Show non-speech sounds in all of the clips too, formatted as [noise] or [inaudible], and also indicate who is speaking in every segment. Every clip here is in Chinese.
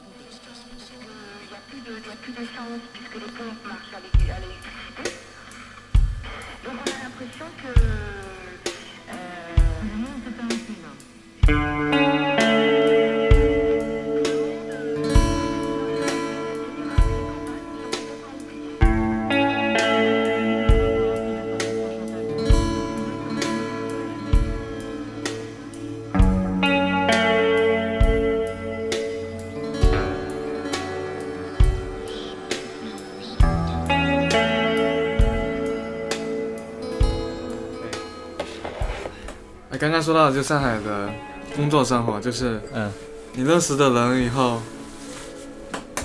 Speaker 1: Il n'y a plus de sens puisque les pompes marchent à l'é- à l'électricité. Donc on a l'impression que euh, le monde se fait un film.
Speaker 2: 那哎刚刚说到就上海的工作生活，就是
Speaker 3: 嗯，
Speaker 2: 你认识的人以后，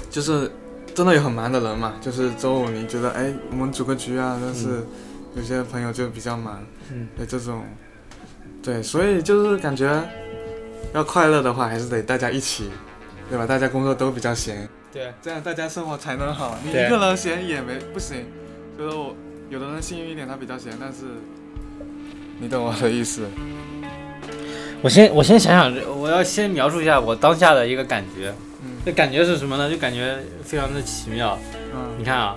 Speaker 2: 就是真的有很忙的人嘛，就是周五你觉得哎，我们组个局啊，但是有些朋友就比较忙，
Speaker 3: 嗯，
Speaker 2: 对这种，对，所以就是感觉要快乐的话，还是得大家一起，对吧？大家工作都比较闲，
Speaker 3: 对，
Speaker 2: 这样大家生活才能好。你一
Speaker 3: 对
Speaker 2: 个人闲也没不行，就是我有的人幸运一点，他比较闲，但是你懂我的意思。
Speaker 3: 我先我先想想，我要先描述一下我当下的一个感觉。
Speaker 2: 嗯
Speaker 3: 这感觉是什么呢？就感觉非常的奇妙。
Speaker 2: 嗯
Speaker 3: 你看啊，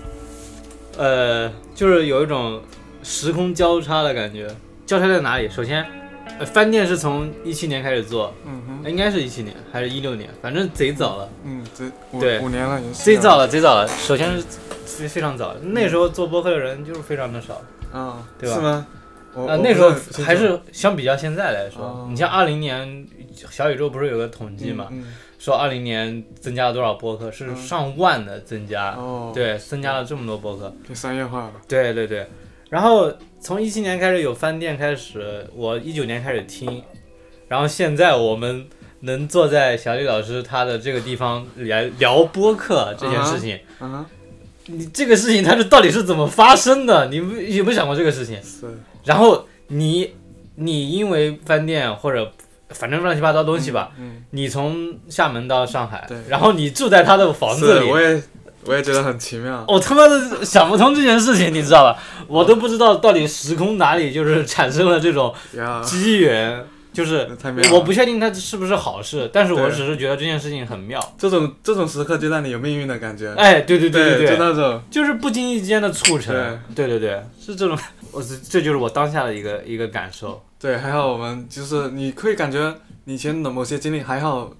Speaker 3: 呃，就是有一种时空交叉的感觉。交叉在哪里？首先，呃，饭店是从一七年开始做，
Speaker 2: 嗯哼
Speaker 3: 应该是一七年还是一六年，反正贼早了，
Speaker 2: 嗯，这五
Speaker 3: 对
Speaker 2: 五年了也是
Speaker 3: 贼早
Speaker 2: 了。
Speaker 3: 了，贼早了。首先是非非常早，那时候做播客的人就是非常的少。
Speaker 2: 嗯，
Speaker 3: 对吧
Speaker 2: 是吗？我嗯我
Speaker 3: 啊，那
Speaker 2: 不
Speaker 3: 时候
Speaker 2: 清楚
Speaker 3: 还是相比较现在来
Speaker 2: 哦
Speaker 3: 说，你像二零年小宇宙不是有个统计嘛，
Speaker 2: 嗯
Speaker 3: 说二零年增加了多少播客，是
Speaker 2: 嗯
Speaker 3: 上万的增
Speaker 2: 嗯
Speaker 3: 加，
Speaker 2: 哦，，
Speaker 3: 啊
Speaker 2: 嗯
Speaker 3: 对，增加了这么多播客，
Speaker 2: 就商业化了。
Speaker 3: 对对对。然后从一七年开始有饭店开始，我一九年开始听，然后现在我们能坐在小李老师他的这个地方来聊播客这件事情，
Speaker 2: 啊，
Speaker 3: 你这个事情它是到底是怎么发生的？你们有没有想过这个事情？
Speaker 2: 是，
Speaker 3: 然后你你因为饭店或者反正乱七八糟东西吧，
Speaker 2: 嗯，
Speaker 3: 你从厦门到上海
Speaker 2: 对，
Speaker 3: 然后你住在他的房子
Speaker 2: 是，
Speaker 3: 里，
Speaker 2: 我
Speaker 3: 我
Speaker 2: 也我也觉得很奇妙。
Speaker 3: 他妈的想不通这件事情，你知
Speaker 2: [laughs]
Speaker 3: 道吧？我都不知道到底时空哪里就是产生了
Speaker 2: [laughs]
Speaker 3: 这种
Speaker 2: 呀，
Speaker 3: 机缘。就是
Speaker 2: 太妙了
Speaker 3: 我不确定它是不是好事，但是我
Speaker 2: 对
Speaker 3: 只是觉得这件事情很妙。
Speaker 2: 这种这种时刻就让你有命运的感觉。
Speaker 3: 哎，对对对
Speaker 2: 就
Speaker 3: 对，
Speaker 2: 那种，
Speaker 3: 就是不经意间的促成。对对对，是这种，我这这就是我当下的一个一个感受。
Speaker 2: 对，还好我们就是你会感觉你以前的某些经历还好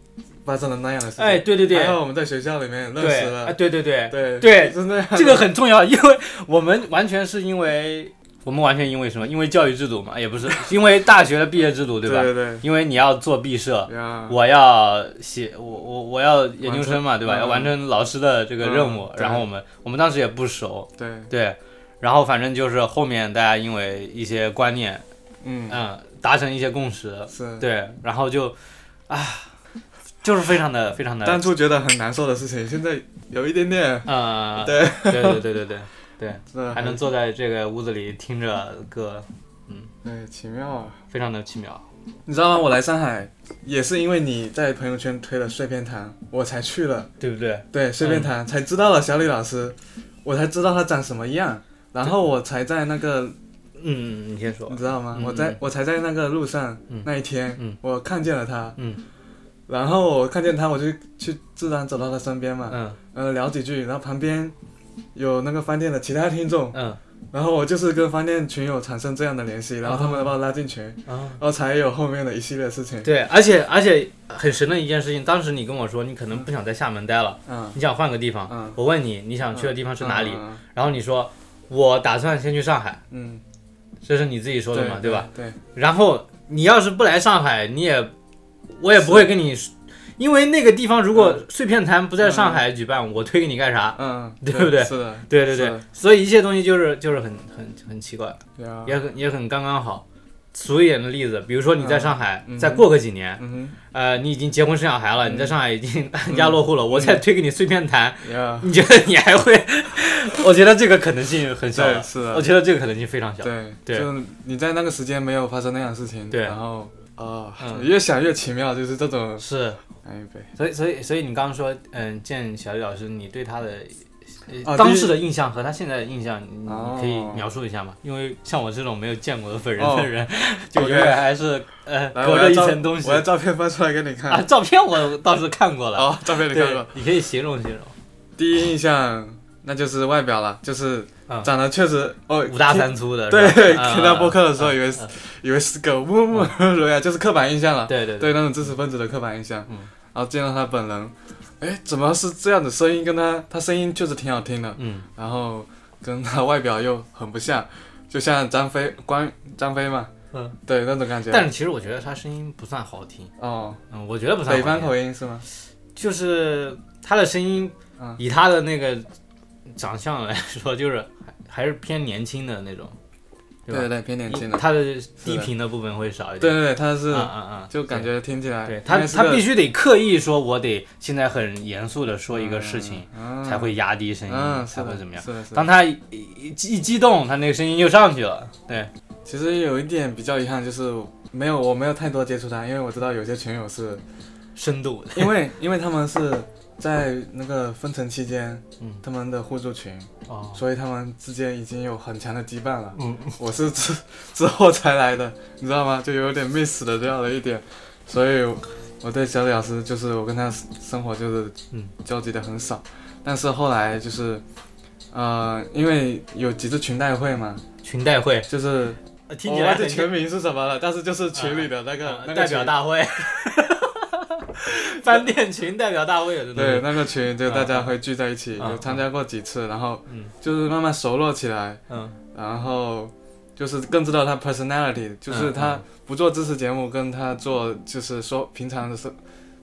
Speaker 2: 发生了那样的事情。
Speaker 3: 哎，，对对对，
Speaker 2: 还好我们在学校里面认
Speaker 3: 对，
Speaker 2: 识
Speaker 3: 啊，
Speaker 2: 了。
Speaker 3: 对对对，
Speaker 2: 对
Speaker 3: 对
Speaker 2: 是那样。 [laughs]
Speaker 3: 这个很重要，因为我们完全是因为我们完全因为什么？因为教育制度嘛，也不是因为大学的毕业制度，
Speaker 2: 对
Speaker 3: 吧？
Speaker 2: 对嗯对。
Speaker 3: 因为你要做毕设，
Speaker 2: 呀，
Speaker 3: 我要写我我我要研究生嘛，对吧？
Speaker 2: 嗯
Speaker 3: 要完成老师的这个任务
Speaker 2: 嗯，对
Speaker 3: 然后我们我们当时也不熟，
Speaker 2: 对，
Speaker 3: 对，然后反正就是后面大家因为一些观念，
Speaker 2: 嗯，
Speaker 3: 嗯，达成一些共识，
Speaker 2: 是。
Speaker 3: 对，然后就啊，就是非常的非常的
Speaker 2: 当初觉得很难受的事情，现在有一点点，
Speaker 3: 呃，
Speaker 2: 对
Speaker 3: 对对对对对对，
Speaker 2: 是
Speaker 3: 还能坐在这个屋子里听着歌，
Speaker 2: 对奇妙啊。
Speaker 3: 非常的奇妙。
Speaker 2: 你知道吗？我来上海也是因为你在朋友圈推了碎片堂，我才去了。
Speaker 3: 对不对？
Speaker 2: 对，碎片堂、才知道了小李老师，我才知道他长什么样，然后我才在那个，
Speaker 3: 嗯，你先说
Speaker 2: 你。知道吗？
Speaker 3: 嗯
Speaker 2: 我在我才在那个路上、
Speaker 3: 嗯
Speaker 2: 那一天、
Speaker 3: 嗯
Speaker 2: 我看见了他，
Speaker 3: 嗯
Speaker 2: 然后我看见他，我就去自然走到他身边嘛，
Speaker 3: 嗯
Speaker 2: 呃，聊几句，然后旁边有那个饭店的其他听众，
Speaker 3: 嗯
Speaker 2: 然后我就是跟饭店群友产生这样的联系，然后他们把我拉进群，
Speaker 3: 啊，
Speaker 2: 然后才有后面的一系列事情。
Speaker 3: 对，而且而且很神的一件事情，当时你跟我说你可能不想在厦门待了，
Speaker 2: 嗯
Speaker 3: 你想换个地方。
Speaker 2: 嗯，
Speaker 3: 我问你你想去的地方是哪里，
Speaker 2: 嗯嗯嗯
Speaker 3: 然后你说我打算先去上海，
Speaker 2: 嗯，
Speaker 3: 这是你自己说的嘛，对吧？？
Speaker 2: 对，
Speaker 3: 然后你要是不来上海，你也我也不会跟你，因为那个地方如果碎片谈不在上海举办，我推给你干啥？
Speaker 2: 嗯，
Speaker 3: 对不对
Speaker 2: 是的，
Speaker 3: 对对对
Speaker 2: 是，
Speaker 3: 所以一切东西就是就是很很很奇怪，
Speaker 2: 对啊，
Speaker 3: 也很也很刚刚好。俗一点的例子，比如说你在上海，
Speaker 2: 嗯
Speaker 3: 再过个几年，
Speaker 2: 嗯
Speaker 3: 呃，你已经结婚生小孩了，
Speaker 2: 嗯
Speaker 3: 你在上海已经安 [laughs] 家落户了，我再推给你碎片谈，
Speaker 2: 哼，呀，
Speaker 3: 你觉得你还会？ [laughs] 我觉得这个可能性很小
Speaker 2: 对，
Speaker 3: 了，
Speaker 2: 是
Speaker 3: 我
Speaker 2: 的，
Speaker 3: 觉得这个可能性非常小。
Speaker 2: 对，
Speaker 3: 对
Speaker 2: 就你在那个时间没有发生那样的事情，
Speaker 3: 对
Speaker 2: 然后啊，
Speaker 3: 嗯
Speaker 2: 越想越奇妙，就是这种，
Speaker 3: 是，
Speaker 2: 哎呗，
Speaker 3: 所以，所以，所以你刚刚说，嗯，见小李老师，你对他的
Speaker 2: 啊
Speaker 3: 当
Speaker 2: 对
Speaker 3: 时的印象和他现在的印象，你
Speaker 2: 哦
Speaker 3: 你可以描述一下吗？因为像我这种没有见过本
Speaker 2: 哦
Speaker 3: 人的人， [laughs] 就
Speaker 2: OK
Speaker 3: 永远还是呃
Speaker 2: 来，
Speaker 3: 隔
Speaker 2: 我
Speaker 3: 着
Speaker 2: 要
Speaker 3: 一
Speaker 2: 照
Speaker 3: 层东西
Speaker 2: 我要照片发出来给你看。
Speaker 3: 啊。照片我倒是
Speaker 2: [laughs]
Speaker 3: 看过了，
Speaker 2: 哦，照片你看
Speaker 3: 对
Speaker 2: 过。，
Speaker 3: 你可以形容形容，
Speaker 2: 第一印象那就是外表了，就是
Speaker 3: 嗯
Speaker 2: 长得确实哦，
Speaker 3: 五大
Speaker 2: 听
Speaker 3: 三粗的。
Speaker 2: 对，
Speaker 3: 是吧
Speaker 2: [laughs]
Speaker 3: 啊
Speaker 2: 听到播客的时候以为
Speaker 3: 啊
Speaker 2: 是以为是个木木儒雅，啊就是刻板印象了。
Speaker 3: 嗯对对
Speaker 2: 对那种知识分子的刻板印象。
Speaker 3: 嗯
Speaker 2: 然后见到他本人，哎，怎么是这样的声音？跟他他声音确实挺好听的，
Speaker 3: 嗯
Speaker 2: 然后跟他外表又很不像，就像张飞关张飞嘛，
Speaker 3: 嗯。
Speaker 2: 对那种感觉。
Speaker 3: 但是其实我觉得他声音不算好听，
Speaker 2: 哦，
Speaker 3: 嗯，我觉得不算好
Speaker 2: 北
Speaker 3: 听。
Speaker 2: 方口音是吗？
Speaker 3: 就是他的声音
Speaker 2: 嗯，
Speaker 3: 以他的那个长相来说，就是还还是偏年轻的那种，
Speaker 2: 对
Speaker 3: 吧
Speaker 2: 对对，偏年轻的。
Speaker 3: 他的低频的部分会少一
Speaker 2: 对
Speaker 3: 点。
Speaker 2: 对对，他是
Speaker 3: 嗯嗯嗯，
Speaker 2: 就感觉听起来
Speaker 3: 对
Speaker 2: 应
Speaker 3: 他
Speaker 2: 该是
Speaker 3: 他
Speaker 2: 个
Speaker 3: 必须得刻意说，我得现在很严肃的说一个事情，
Speaker 2: 嗯
Speaker 3: 才会压低声音，
Speaker 2: 嗯，是
Speaker 3: 才会
Speaker 2: 的，
Speaker 3: 怎么样。
Speaker 2: 是的，是的。
Speaker 3: 当他一一一激动，他那个声音又上去了。对，
Speaker 2: 其实有一点比较遗憾，就是没有我没有太多接触他，因为我知道有些群友是，
Speaker 3: 深度
Speaker 2: 因为因为他们是在那个封城期间，
Speaker 3: 嗯
Speaker 2: 他们的互助群，
Speaker 3: 哦，
Speaker 2: 所以他们之间已经有很强的羁绊了。
Speaker 3: 嗯，
Speaker 2: 我是之之后才来的，你知道吗？就有点 miss 的这样的一点，所以我对小李老师就是我跟他生活就是
Speaker 3: 嗯
Speaker 2: 交集的很少，但是后来就是，呃，因为有几次群代会嘛，
Speaker 3: 群代会
Speaker 2: 就是
Speaker 3: 听
Speaker 2: 我忘
Speaker 3: 起来
Speaker 2: 记
Speaker 3: 很
Speaker 2: 全名是什么了，但是就是群里的那个、那
Speaker 3: 呃
Speaker 2: 个
Speaker 3: 代
Speaker 2: 群
Speaker 3: 表大会， [laughs] 饭店群代表大会有的东西
Speaker 2: 对，那个群，就大家会聚在一起，
Speaker 3: 嗯
Speaker 2: 有参加过几次，然后
Speaker 3: 嗯
Speaker 2: 就是慢慢熟络起来，
Speaker 3: 嗯
Speaker 2: 然后就是更知道他 personality，就是
Speaker 3: 嗯
Speaker 2: 他
Speaker 3: 嗯
Speaker 2: 不做知识节目，跟他做就是说平常的事，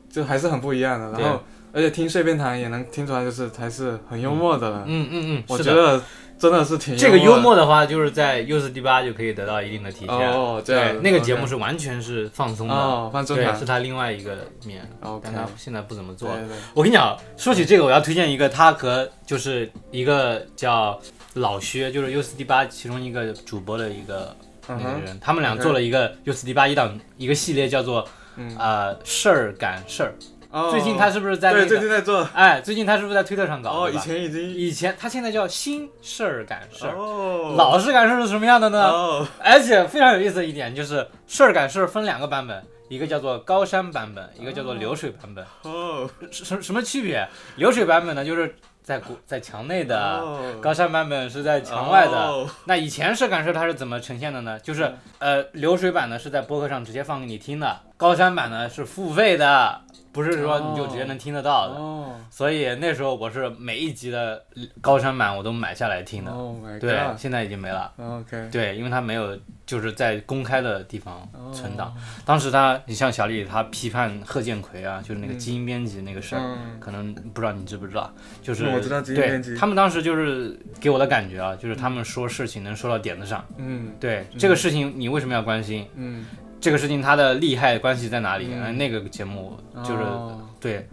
Speaker 2: 就还是很不一样的。
Speaker 3: 对
Speaker 2: 然后而且听碎片谈也能听出来，就是还是很幽默的了。
Speaker 3: 嗯嗯嗯，
Speaker 2: 我
Speaker 3: 是
Speaker 2: 觉
Speaker 3: 的。
Speaker 2: 得真的是挺
Speaker 3: 这个幽
Speaker 2: 默
Speaker 3: 默的话，就是在优四 D 八就可以得到一定的体
Speaker 2: 的
Speaker 3: 现。
Speaker 2: 哦，这
Speaker 3: 对
Speaker 2: 样，
Speaker 3: 那个节目是完全是放松的，
Speaker 2: 哦放松
Speaker 3: 对，
Speaker 2: 谈
Speaker 3: 是他另外一个面，
Speaker 2: OK，
Speaker 3: 但他现在不怎么
Speaker 2: 对
Speaker 3: 做。
Speaker 2: 对
Speaker 3: 我跟你讲，说起这个，我要推荐一个，他和就是一个叫老薛，就是 U 四 D 八其中一个主播的一个那
Speaker 2: 嗯
Speaker 3: 个
Speaker 2: 哼
Speaker 3: 人，他们俩做了一个 U 四 D 八一档一个系列，叫做
Speaker 2: 嗯
Speaker 3: 呃事儿赶事儿。
Speaker 2: 哦
Speaker 3: 最近他是不是在那
Speaker 2: 对最
Speaker 3: 个？
Speaker 2: 近在做
Speaker 3: 哎，最近他是不是在推特上搞？
Speaker 2: 哦，
Speaker 3: 对
Speaker 2: 以
Speaker 3: 吧
Speaker 2: 前已经
Speaker 3: 以前他现在叫新事儿赶事儿，
Speaker 2: 哦
Speaker 3: 老事赶事儿是什么样的呢？
Speaker 2: 哦
Speaker 3: 而且非常有意思的一点就是，事儿赶事儿分两个版本，一个叫做高山版本，一个叫做流水版本。
Speaker 2: 哦
Speaker 3: 什什什么区别？流水版本呢，就是在国在墙内的，
Speaker 2: 哦
Speaker 3: 高山版本是在墙外的。
Speaker 2: 哦
Speaker 3: 那以前事儿赶事儿它是怎么呈现的呢？就是
Speaker 2: 嗯
Speaker 3: 呃，流水版呢是在播客上直接放给你听的，高山版呢是付费的，不是说你就直接能听得到的。
Speaker 2: 哦
Speaker 3: 所以那时候我是每一集的高山版我都买下来听的。
Speaker 2: ，Oh my
Speaker 3: 对，
Speaker 2: god，
Speaker 3: 现在已经没了。
Speaker 2: ，OK，
Speaker 3: 对，因为他没有就是在公开的地方存档。
Speaker 2: 哦
Speaker 3: 当时他，你像小李，他批判贺建奎啊，就是那个
Speaker 2: 嗯
Speaker 3: 基因编辑那个事儿，
Speaker 2: 嗯，
Speaker 3: 可能不知道你知不知道，就是
Speaker 2: 我知道基因编辑
Speaker 3: 对，他们当时就是给我的感觉啊，就是他们说事情能说到点子上。
Speaker 2: 嗯
Speaker 3: 对、这个事情，你为什么要关心？
Speaker 2: 嗯，
Speaker 3: 这个事情它的利害关系在哪里？
Speaker 2: 嗯
Speaker 3: 呃那个节目就是、
Speaker 2: 哦
Speaker 3: 对。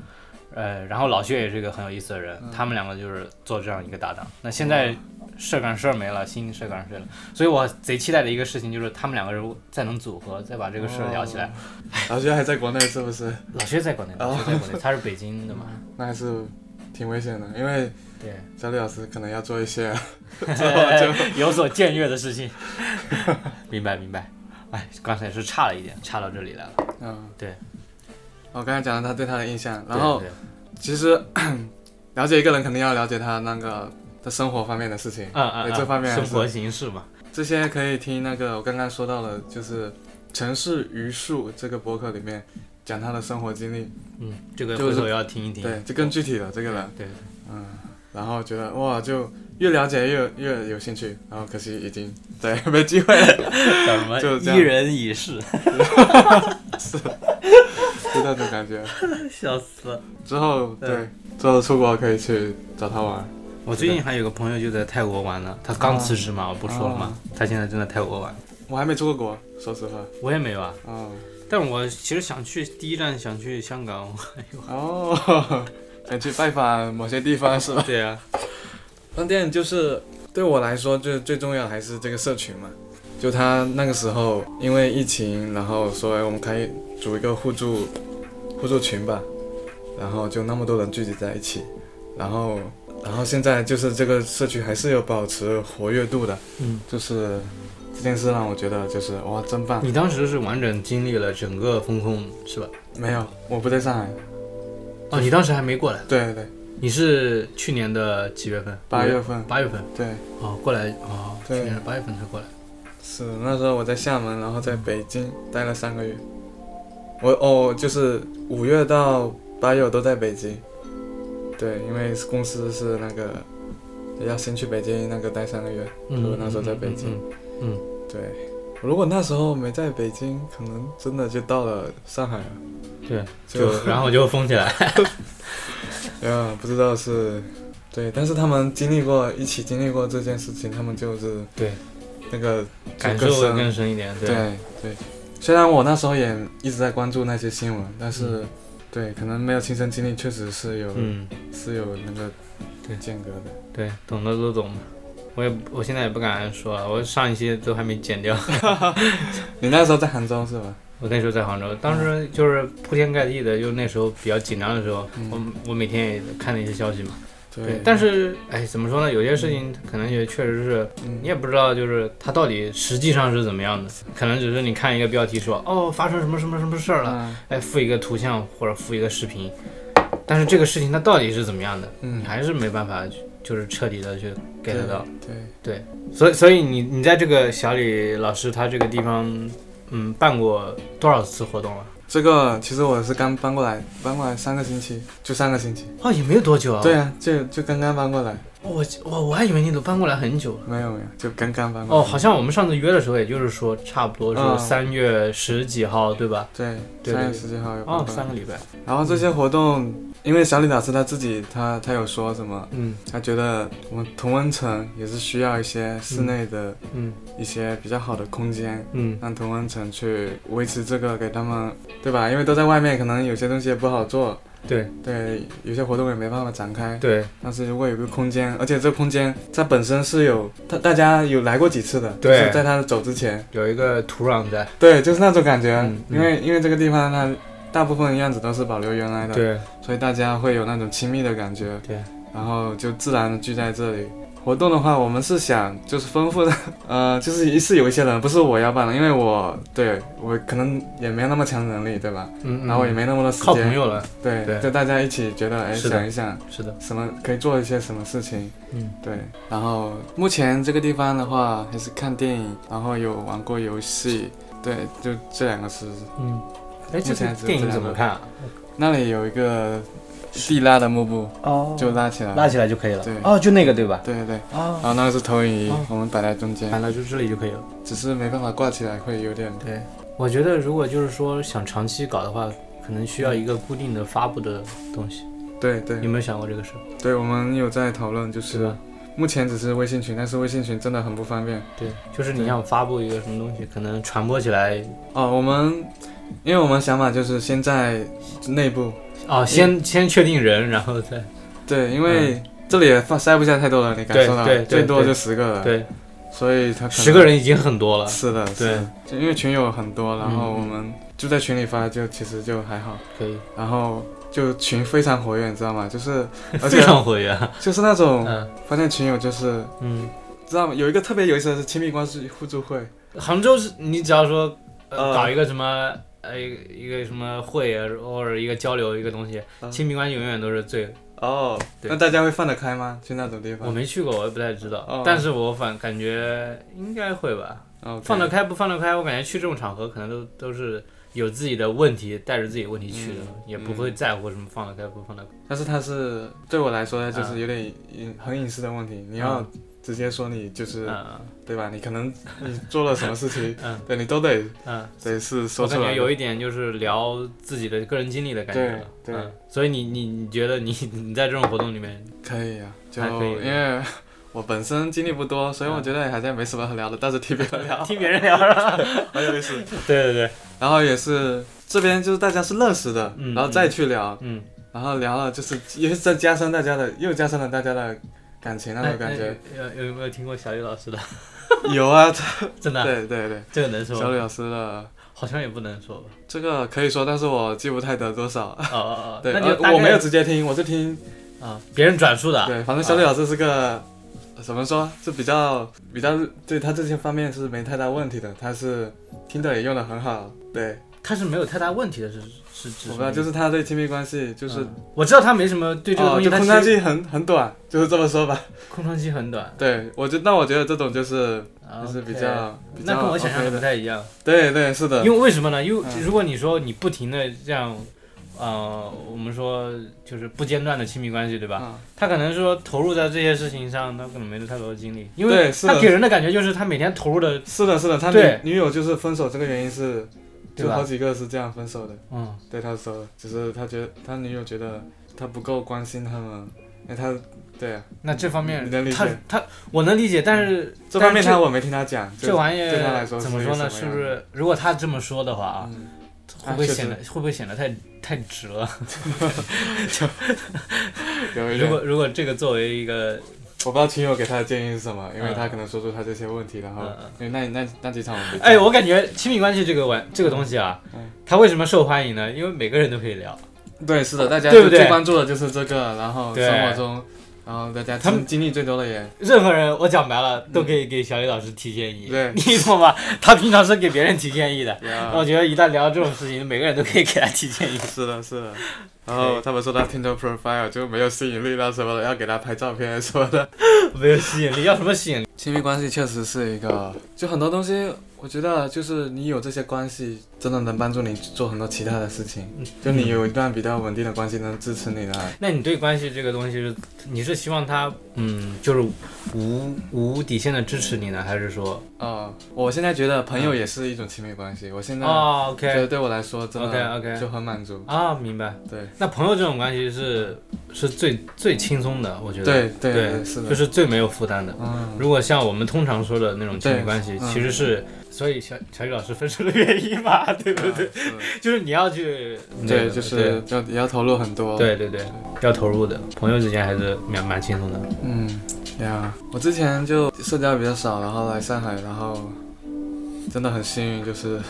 Speaker 3: 呃，然后老薛也是一个很有意思的人，
Speaker 2: 嗯
Speaker 3: 他们两个就是做这样一个搭档。那现在事儿干事儿没了，新事儿干事儿了，所以我贼期待的一个事情就是他们两个人再能组合，再把这个事儿聊起来。
Speaker 2: 哦老薛还在国内是不是？
Speaker 3: 老薛在国内，老薛在国
Speaker 2: 哦
Speaker 3: 内，他是北京的嘛？
Speaker 2: 那还是挺危险的，因为
Speaker 3: 对，
Speaker 2: 小李老师可能要做一些，啊
Speaker 3: [laughs]
Speaker 2: 之后就
Speaker 3: 有所僭越的事情。 [laughs] 明白明白，哎，刚才是差了一点，差到这里来了。
Speaker 2: 嗯，
Speaker 3: 对。
Speaker 2: 我刚才讲了他对他的印象，
Speaker 3: 对
Speaker 2: 然后哎
Speaker 3: 对
Speaker 2: 其实 [clears throat] 了解一个人肯定要了解他那个他生活方面的事情，
Speaker 3: 嗯嗯
Speaker 2: 对
Speaker 3: 嗯，
Speaker 2: 这方面还
Speaker 3: 生
Speaker 2: 是
Speaker 3: 活形式嘛，
Speaker 2: 这些可以听那个我刚刚说到的，就是《城市榆树》这个博客里面讲他的生活经历，
Speaker 3: 嗯，这个
Speaker 2: 就
Speaker 3: 回
Speaker 2: 是
Speaker 3: 头要听一听。
Speaker 2: 对，就更具体了这个人， [laughs]
Speaker 3: 对，
Speaker 2: 嗯，然后觉得哇，就越了解越越有兴趣，然后可惜已经对没机会了，
Speaker 3: 叫什么
Speaker 2: 就这
Speaker 3: 一
Speaker 2: 样
Speaker 3: 人一世，
Speaker 2: 就那种感觉。
Speaker 3: [laughs] 笑死了。
Speaker 2: 之后
Speaker 3: 对
Speaker 2: 对，之后出国可以去找他玩，
Speaker 3: 我最近还有个朋友就在泰国玩呢，他刚辞职
Speaker 2: 嗯
Speaker 3: 嘛，我不说了
Speaker 2: 哦
Speaker 3: 嘛，他现在正在泰国玩。
Speaker 2: 我还没出过国，说实话，
Speaker 3: 我也没有啊，
Speaker 2: 哦
Speaker 3: 但我其实想去第一站想去香
Speaker 2: [laughs]
Speaker 3: 港。
Speaker 2: 哦， [laughs] 想去拜访某些地方是吧？
Speaker 3: 对啊，
Speaker 2: 饭店就是对我来说最最重要还是这个社群嘛。就他那个时候因为疫情，然后说哎我们可以组一个互助互助群吧，然后就那么多人聚集在一起，然后然后现在就是这个社区还是有保持活跃度的，
Speaker 3: 嗯，
Speaker 2: 就是这件事让我觉得就是哇，真棒！
Speaker 3: 你当时是完整经历了整个风控是吧？
Speaker 2: 没有，我不在上海，
Speaker 3: 哦，你当时还没过来，
Speaker 2: 对对对，
Speaker 3: 你是去年的几月份？
Speaker 2: 八月份，
Speaker 3: 八月份
Speaker 2: 对，
Speaker 3: 哦，过来哦，去
Speaker 2: 对
Speaker 3: 年的八月份才过来。
Speaker 2: 是那时候我在厦门，然后在
Speaker 3: 嗯
Speaker 2: 北京待了三个月，我哦就是五月到八月我都在北京，对，因为公司是那个要先去北京那个待三个月，我那时候在北京
Speaker 3: 嗯，
Speaker 2: 对，如果那时候没在北京，可能真的就到了上海了，
Speaker 3: 嗯对，
Speaker 2: 就 [laughs]
Speaker 3: 就然后就封起来。
Speaker 2: 呀，不知道是，对，但是他们经历过一起经历过这件事情，他们就是
Speaker 3: 对，
Speaker 2: 那个
Speaker 3: [laughs] 感受
Speaker 2: 就
Speaker 3: 会
Speaker 2: 深
Speaker 3: 更深一点。对，
Speaker 2: 对对，虽然我那时候也一直在关注那些新闻，但是、对可能没有亲身经历，确实是有、
Speaker 3: 嗯，
Speaker 2: 是有那个
Speaker 3: 对
Speaker 2: 间隔的。
Speaker 3: 对，懂的都懂。我也我现在也不敢说了，我上一期都还没
Speaker 2: [laughs]
Speaker 3: 剪掉。
Speaker 2: 你那时候在杭州是吧？
Speaker 3: 我那时候在杭州，当时就是铺天盖地的，就那时候比较紧张的时候，
Speaker 2: 嗯
Speaker 3: 我我每天也看那些消息嘛。
Speaker 2: 对，
Speaker 3: 但是哎，怎么说呢？有些事情可能也确实是
Speaker 2: 嗯
Speaker 3: 你也不知道，就是它到底实际上是怎么样的，可能只是你看一个标题说哦发生什么什么什么事儿了，
Speaker 2: 嗯
Speaker 3: 哎附一个图像或者附一个视频，但是这个事情它到底是怎么样的，
Speaker 2: 嗯
Speaker 3: 你，还是没办法去就是彻底的去 get 到。
Speaker 2: 对，
Speaker 3: 所以，所以你你在这个小李老师他这个地方，嗯，办过多少次活动了？
Speaker 2: 这个其实我是刚搬过来，搬过来三个星期，就三个星期。
Speaker 3: 哦，也没有多久啊。
Speaker 2: 对啊，就就刚刚搬过来，
Speaker 3: 我我我还以为你都搬过来很久了。
Speaker 2: 没有没有，就刚刚搬过来。
Speaker 3: 哦，好像我们上次约的时候，也就是说差不多
Speaker 2: 嗯
Speaker 3: 是三月十几号，对吧？
Speaker 2: 对，
Speaker 3: 对对
Speaker 2: 三月
Speaker 3: 对
Speaker 2: 十几号有搬
Speaker 3: 哦，
Speaker 2: 过来
Speaker 3: 三个礼拜。
Speaker 2: 然后这些活动，因为小李老师他自己他他有说什么，
Speaker 3: 嗯
Speaker 2: 他觉得我们同温层也是需要一些室内的
Speaker 3: 嗯
Speaker 2: 一些比较好的空间，
Speaker 3: 嗯
Speaker 2: 让同温层去维持这个，给他们，对吧？因为都在外面，可能有些东西也不好做，
Speaker 3: 对
Speaker 2: 对，有些活动也没办法展开。
Speaker 3: 对
Speaker 2: 但是如果有个空间，而且这空间它本身是有，它大家有来过几次的，
Speaker 3: 对
Speaker 2: 就是在他走之前，
Speaker 3: 有一个土壤在。
Speaker 2: 对，就是那种感觉，
Speaker 3: 嗯嗯
Speaker 2: 因为因为这个地方它大部分样子都是保留原来的，
Speaker 3: 对
Speaker 2: 所以大家会有那种亲密的感觉，
Speaker 3: 对，
Speaker 2: 然后就自然的聚在这里。活动的话，我们是想就是丰富的， [laughs] 呃，就是是有一些人不是我要办的，因为我对我可能也没有那么强能力，对吧？
Speaker 3: 嗯，嗯
Speaker 2: 然后也没那么多时
Speaker 3: 靠朋
Speaker 2: 间，
Speaker 3: 友了。
Speaker 2: 对，
Speaker 3: 对
Speaker 2: 就大家一起觉得，哎，
Speaker 3: 是的
Speaker 2: 想一想
Speaker 3: 是的，
Speaker 2: 什么可以做一些什么事情，
Speaker 3: 嗯
Speaker 2: 对。然后目前这个地方的话，还是看电影，然后有玩过游戏，对，就这两个是。
Speaker 3: 嗯。哎，这
Speaker 2: 目前
Speaker 3: 个
Speaker 2: 只有
Speaker 3: 电
Speaker 2: 这
Speaker 3: 影
Speaker 2: 两
Speaker 3: 怎么
Speaker 2: 个
Speaker 3: 看啊？
Speaker 2: 那里有一个地拉的幕布，
Speaker 4: 哦
Speaker 2: 就拉起来，
Speaker 4: 拉起来就可以了
Speaker 2: 啊对。
Speaker 4: 哦，就那个对吧？
Speaker 2: 对对对。
Speaker 4: 哦，
Speaker 2: 然后那个是投影仪
Speaker 3: 哦，
Speaker 2: 我们摆在中
Speaker 3: 反
Speaker 2: 间，
Speaker 3: 正就这里就可以了。
Speaker 2: 只是没办法挂起来，会有点
Speaker 3: 对，我觉得如果就是说想长期搞的话，可能需要一个固定的发布的东西。
Speaker 2: 对
Speaker 3: 你有
Speaker 2: 对
Speaker 3: 没有想过这个事儿？
Speaker 2: 对，我们有在讨论，就是是
Speaker 3: 吧？
Speaker 2: 目前只是微信群，但是微信群真的很不方便
Speaker 3: 对，就是你想发布一个什么东西，可能传播起来，
Speaker 2: 哦。我们因为我们想法就是先在内部，
Speaker 3: 哦，先先确定人，然后再
Speaker 2: 对，因为这里也放塞不下太多了，你感
Speaker 3: 对
Speaker 2: 受到
Speaker 3: 对对
Speaker 2: 最多
Speaker 3: 对
Speaker 2: 就十个了，，
Speaker 3: 对，
Speaker 2: 所以啊他可能
Speaker 3: 十个人已经很多了。
Speaker 2: 是的，是的，就因为群友很多，然后
Speaker 3: 嗯
Speaker 2: 我们就在群里发，就其实就还好，
Speaker 3: 可以，
Speaker 2: 然后就群非常活跃，你知道吗？就是而且
Speaker 3: [laughs] 非常活跃。
Speaker 2: 就是那种
Speaker 3: 嗯
Speaker 2: 发现群友就是
Speaker 3: 嗯，
Speaker 2: 知道吗？有一个特别有意思的是亲密关系互助会，
Speaker 3: 杭州是你只要说、呃
Speaker 2: 呃
Speaker 3: 搞一个什么呃一个一个什么会啊或者一个交流一个东西，
Speaker 2: 嗯
Speaker 3: 亲密关系永远都是最。
Speaker 2: 哦，
Speaker 3: 对
Speaker 2: 那大家会放得开吗？去那种地方？
Speaker 3: 我没去过，我也不太知道，
Speaker 2: 哦
Speaker 3: 但是我反感觉应该会吧。
Speaker 2: 哦，
Speaker 3: 放得
Speaker 2: 了
Speaker 3: 开不放得开，我感觉去这种场合可能都都是有自己的问题，带着自己的问题去的，
Speaker 2: 嗯
Speaker 3: 也不会在乎什么放得开不放得开。
Speaker 2: 但是它是对我来说，就是有点隐很隐私的问题，你要直接说你就是
Speaker 3: 嗯
Speaker 2: 对吧？你可能你做了什么事
Speaker 3: [laughs]，
Speaker 2: 情
Speaker 3: 嗯
Speaker 2: 对你都得
Speaker 3: 嗯，
Speaker 2: 得是
Speaker 3: 我
Speaker 2: 说
Speaker 3: 感
Speaker 2: 出
Speaker 3: 觉
Speaker 2: 来的。
Speaker 3: 有一点就是聊自己的个人经历的感觉了。
Speaker 2: 对对
Speaker 3: 嗯，所以你你你觉得你你在这种活动里面，
Speaker 2: 可以啊，就
Speaker 3: 还可以
Speaker 2: 因为我本身经历不多，所以我觉得好像没什么可聊的，
Speaker 3: [laughs]
Speaker 2: 但是 [laughs] 听别人聊
Speaker 3: 听别人聊了，
Speaker 2: [laughs] 很有意思。
Speaker 3: 对对对，
Speaker 2: 然后也是这边就是大家是认识的，
Speaker 3: 嗯
Speaker 2: 然后再去聊，
Speaker 3: 嗯，
Speaker 2: 然后聊了，就是也再加深大家的，又加深了大家的感情那种感觉。
Speaker 3: 哎哎有有没有听过小雨老师的？ [laughs]
Speaker 2: 有啊，
Speaker 3: 真的啊，
Speaker 2: 对对对，
Speaker 3: 这个能说
Speaker 2: 小
Speaker 3: 吗？
Speaker 2: 李老师的
Speaker 3: 好像也不能说吧。
Speaker 2: [laughs] 这个可以说，但是我记不太得多少。
Speaker 3: 哦哦哦，
Speaker 2: 对，
Speaker 3: 那你就
Speaker 2: 呃
Speaker 3: 大概
Speaker 2: 我没有直接听，我是听
Speaker 3: 啊，别人转述的，
Speaker 2: 对，反正小李老师是个、怎么说，是比较比较对他这些方面是没太大问题的，他是听的也用的很好。对，
Speaker 3: 他是没有太大问题的，是是指
Speaker 2: 我不知道，就是他对亲密关系就是、
Speaker 3: 嗯我知道他没什么对这个
Speaker 2: 哦，
Speaker 3: 东西，
Speaker 2: 就
Speaker 3: 他
Speaker 2: 空
Speaker 3: 其
Speaker 2: 窗
Speaker 3: 实
Speaker 2: 期很很短，就是这么说吧。
Speaker 3: 空窗期很短，
Speaker 2: 对，我觉那我觉得这种就是
Speaker 3: 啊
Speaker 2: 就是比
Speaker 3: OK
Speaker 2: 较比较
Speaker 3: 那跟我想象的
Speaker 2: OK
Speaker 3: 不
Speaker 2: 的，
Speaker 3: 太一样，
Speaker 2: 对对是的
Speaker 3: 因，为为什么呢？因为
Speaker 2: 嗯
Speaker 3: 如果你说你不停的这样，呃，我们说就是不间断的亲密关系，对吧？
Speaker 2: 嗯
Speaker 3: 他可能说投入在这些事情上，他可能没有太多的精力，因为
Speaker 2: 对是的
Speaker 3: 他给人的感觉就是他每天投入的，
Speaker 2: 是的是的，他
Speaker 3: 对
Speaker 2: 女女友就是分手这个原因是，
Speaker 3: 对
Speaker 2: 就
Speaker 3: 吧
Speaker 2: 好几个是这样分手的。
Speaker 3: 嗯，
Speaker 2: 对他说的，只是他觉得他女友觉得他不够关心他们，哎，他对啊，
Speaker 3: 那这方面
Speaker 2: 你能理解
Speaker 3: 他他我能理解，但是
Speaker 2: 这方面
Speaker 3: 但是
Speaker 2: 他我没听他讲，
Speaker 3: 这
Speaker 2: 就
Speaker 3: 这玩意
Speaker 2: 对他来
Speaker 3: 儿
Speaker 2: 说
Speaker 3: 怎么说呢？
Speaker 2: 是
Speaker 3: 是
Speaker 2: 一个什
Speaker 3: 不
Speaker 2: 么样的？
Speaker 3: 是如果他这么说的话啊，
Speaker 2: 嗯
Speaker 3: 会不会
Speaker 2: 啊确实
Speaker 3: 显得会不会显得太太直了？
Speaker 2: 有一
Speaker 3: 如
Speaker 2: 点，
Speaker 3: 果如果这个作为一个
Speaker 2: 我不知道群友给他的建议是什么，因为
Speaker 3: 嗯
Speaker 2: 他可能说出他这些问题，然后因
Speaker 3: 嗯
Speaker 2: 为那那那几场我没
Speaker 3: 哎，
Speaker 2: 讲
Speaker 3: 我感觉亲密关系这个玩这个东西啊
Speaker 2: 嗯，
Speaker 3: 它为什么受欢迎呢？因为每个人都可以聊，
Speaker 2: 对是的，大家
Speaker 3: 对不
Speaker 2: 最
Speaker 3: 对
Speaker 2: 关注的就是这个，然后
Speaker 3: 对
Speaker 2: 生活中，然后大家
Speaker 3: 他们
Speaker 2: 经经历最多的也
Speaker 3: 任何人我讲白了都可以给小李老师提建议，
Speaker 2: 嗯对嗯
Speaker 3: 你懂吗？他平常是给别人提建议的，
Speaker 2: 也要
Speaker 3: 我觉得一旦聊这种事情，每个人都可以给他提建议。
Speaker 2: 是的，是 [laughs] 的。然后他们说他 Tinder profile 就没有吸引力了什么的，要给他拍照片什么的。
Speaker 3: 没有吸引力，要什么吸引力？
Speaker 2: [laughs] 亲密关系确实是一个，就很多东西，我觉得就是你有这些关系，真的能帮助你做很多其他的事情。就你有一段比较稳定的关系，能支持 [laughs] 你来。
Speaker 3: 那你对关系这个东西是，你是希望他嗯，就是无无底线的支持你呢，还是说
Speaker 2: 哦、我现在觉得朋友也是一种亲密关系，我现在
Speaker 3: 哦
Speaker 2: 觉得
Speaker 3: ，OK
Speaker 2: 对我来说真的
Speaker 3: OK，OK
Speaker 2: 就很满足。
Speaker 3: 啊，明白？
Speaker 2: 对，
Speaker 3: 那朋友这种关系是是最最轻松的，我觉得
Speaker 2: 对对
Speaker 3: 对
Speaker 2: 对，是
Speaker 3: 就
Speaker 2: 的。
Speaker 3: 是最没有负担的。
Speaker 2: 嗯， [laughs]
Speaker 3: 如果像我们通常说的那种亲密
Speaker 2: 对
Speaker 3: 关系，
Speaker 2: 嗯
Speaker 3: 其实是所以小小雨老师分手的原
Speaker 2: [laughs]
Speaker 3: 因嘛，对不对？
Speaker 2: 是的
Speaker 3: 就是你要去那
Speaker 2: 对，
Speaker 3: 个
Speaker 2: 就是哦要也要投入很多。
Speaker 3: 对对对对，要投入的，朋友之间还是蛮蛮轻松的。
Speaker 2: 嗯，呀，我之前就社交比较少，然后来上海，然后真的很幸运，就是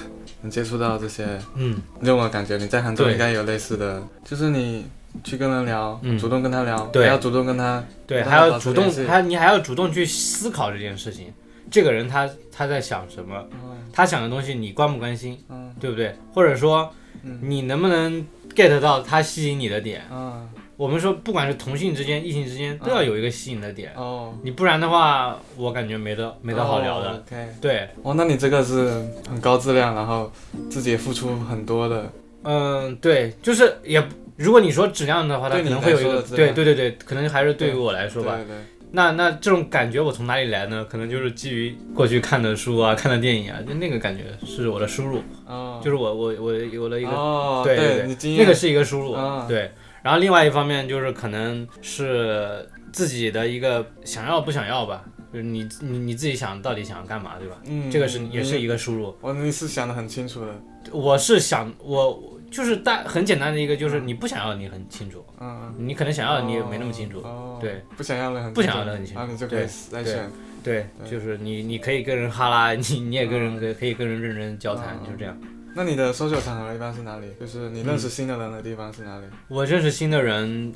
Speaker 2: 能接触到这些。
Speaker 3: 嗯
Speaker 2: 你有没有感觉你在杭州
Speaker 3: 对
Speaker 2: 应该有类似的？就是你去跟人聊，
Speaker 3: 嗯
Speaker 2: 主动跟他聊，
Speaker 3: 对
Speaker 2: 还要主动跟他，，
Speaker 3: 对，
Speaker 2: 那
Speaker 3: 还
Speaker 2: 保
Speaker 3: 要
Speaker 2: 持
Speaker 3: 主动
Speaker 2: 联系，
Speaker 3: 还你还要主动去思考这件事情，这个人他他在想什么，他想的东西你关不关心，
Speaker 2: 嗯
Speaker 3: 对不对？或者说
Speaker 2: 嗯
Speaker 3: 你能不能 get 到他吸引你的点？
Speaker 2: 嗯
Speaker 3: 我们说，不管是同性之间、异性之间，都要有一个吸引的点，
Speaker 2: 哦，
Speaker 3: 你不然的话，我感觉没得没得好聊的。
Speaker 2: 哦 OK，
Speaker 3: 对，
Speaker 2: 哦，那你这个是很高质量，然后自己也付出很多的，
Speaker 3: 嗯，对，就是也不，如果你说质量的话，它
Speaker 2: 对
Speaker 3: 可
Speaker 2: 你
Speaker 3: 能会有一
Speaker 2: 来
Speaker 3: 个，
Speaker 2: 说的质
Speaker 3: 对
Speaker 2: 量
Speaker 3: 对对对，可能还是对于我来说
Speaker 2: 对
Speaker 3: 吧，
Speaker 2: 对对，
Speaker 3: 那那这种感觉我从哪里来呢？可能就是基于过去看的书啊、看的电影啊，就那个感觉是我的输入，
Speaker 2: 哦，
Speaker 3: 就是我我我有了一个，
Speaker 2: 哦，
Speaker 3: 对对
Speaker 2: 你经验
Speaker 3: 那个是一个输入，
Speaker 2: 啊
Speaker 3: 对。然后另外一方面就是可能是自己的一个想要不想要吧，就是你你你自己想到底想要干嘛，对吧？
Speaker 2: 嗯
Speaker 3: 这个是也是一
Speaker 2: 个，
Speaker 3: 个输入。
Speaker 2: 哦，你是想的很清楚的，
Speaker 3: 我是想我就是大很简单的一个就是你不想要你很清楚，
Speaker 2: 嗯。
Speaker 3: 你可能想要你也没那么清楚，
Speaker 2: 哦、
Speaker 3: 对，
Speaker 2: 不想要的很
Speaker 3: 不想要的很清楚
Speaker 2: 然后你就可以来选，
Speaker 3: 对，
Speaker 2: 对
Speaker 3: 就是你你可以跟人哈拉，你你也跟人可可以跟人认真交谈，
Speaker 2: 嗯
Speaker 3: 就这样。
Speaker 2: 那你的搜索场合一般是哪里？就是你认识新的人的地方是哪里？
Speaker 3: 我认识新的人，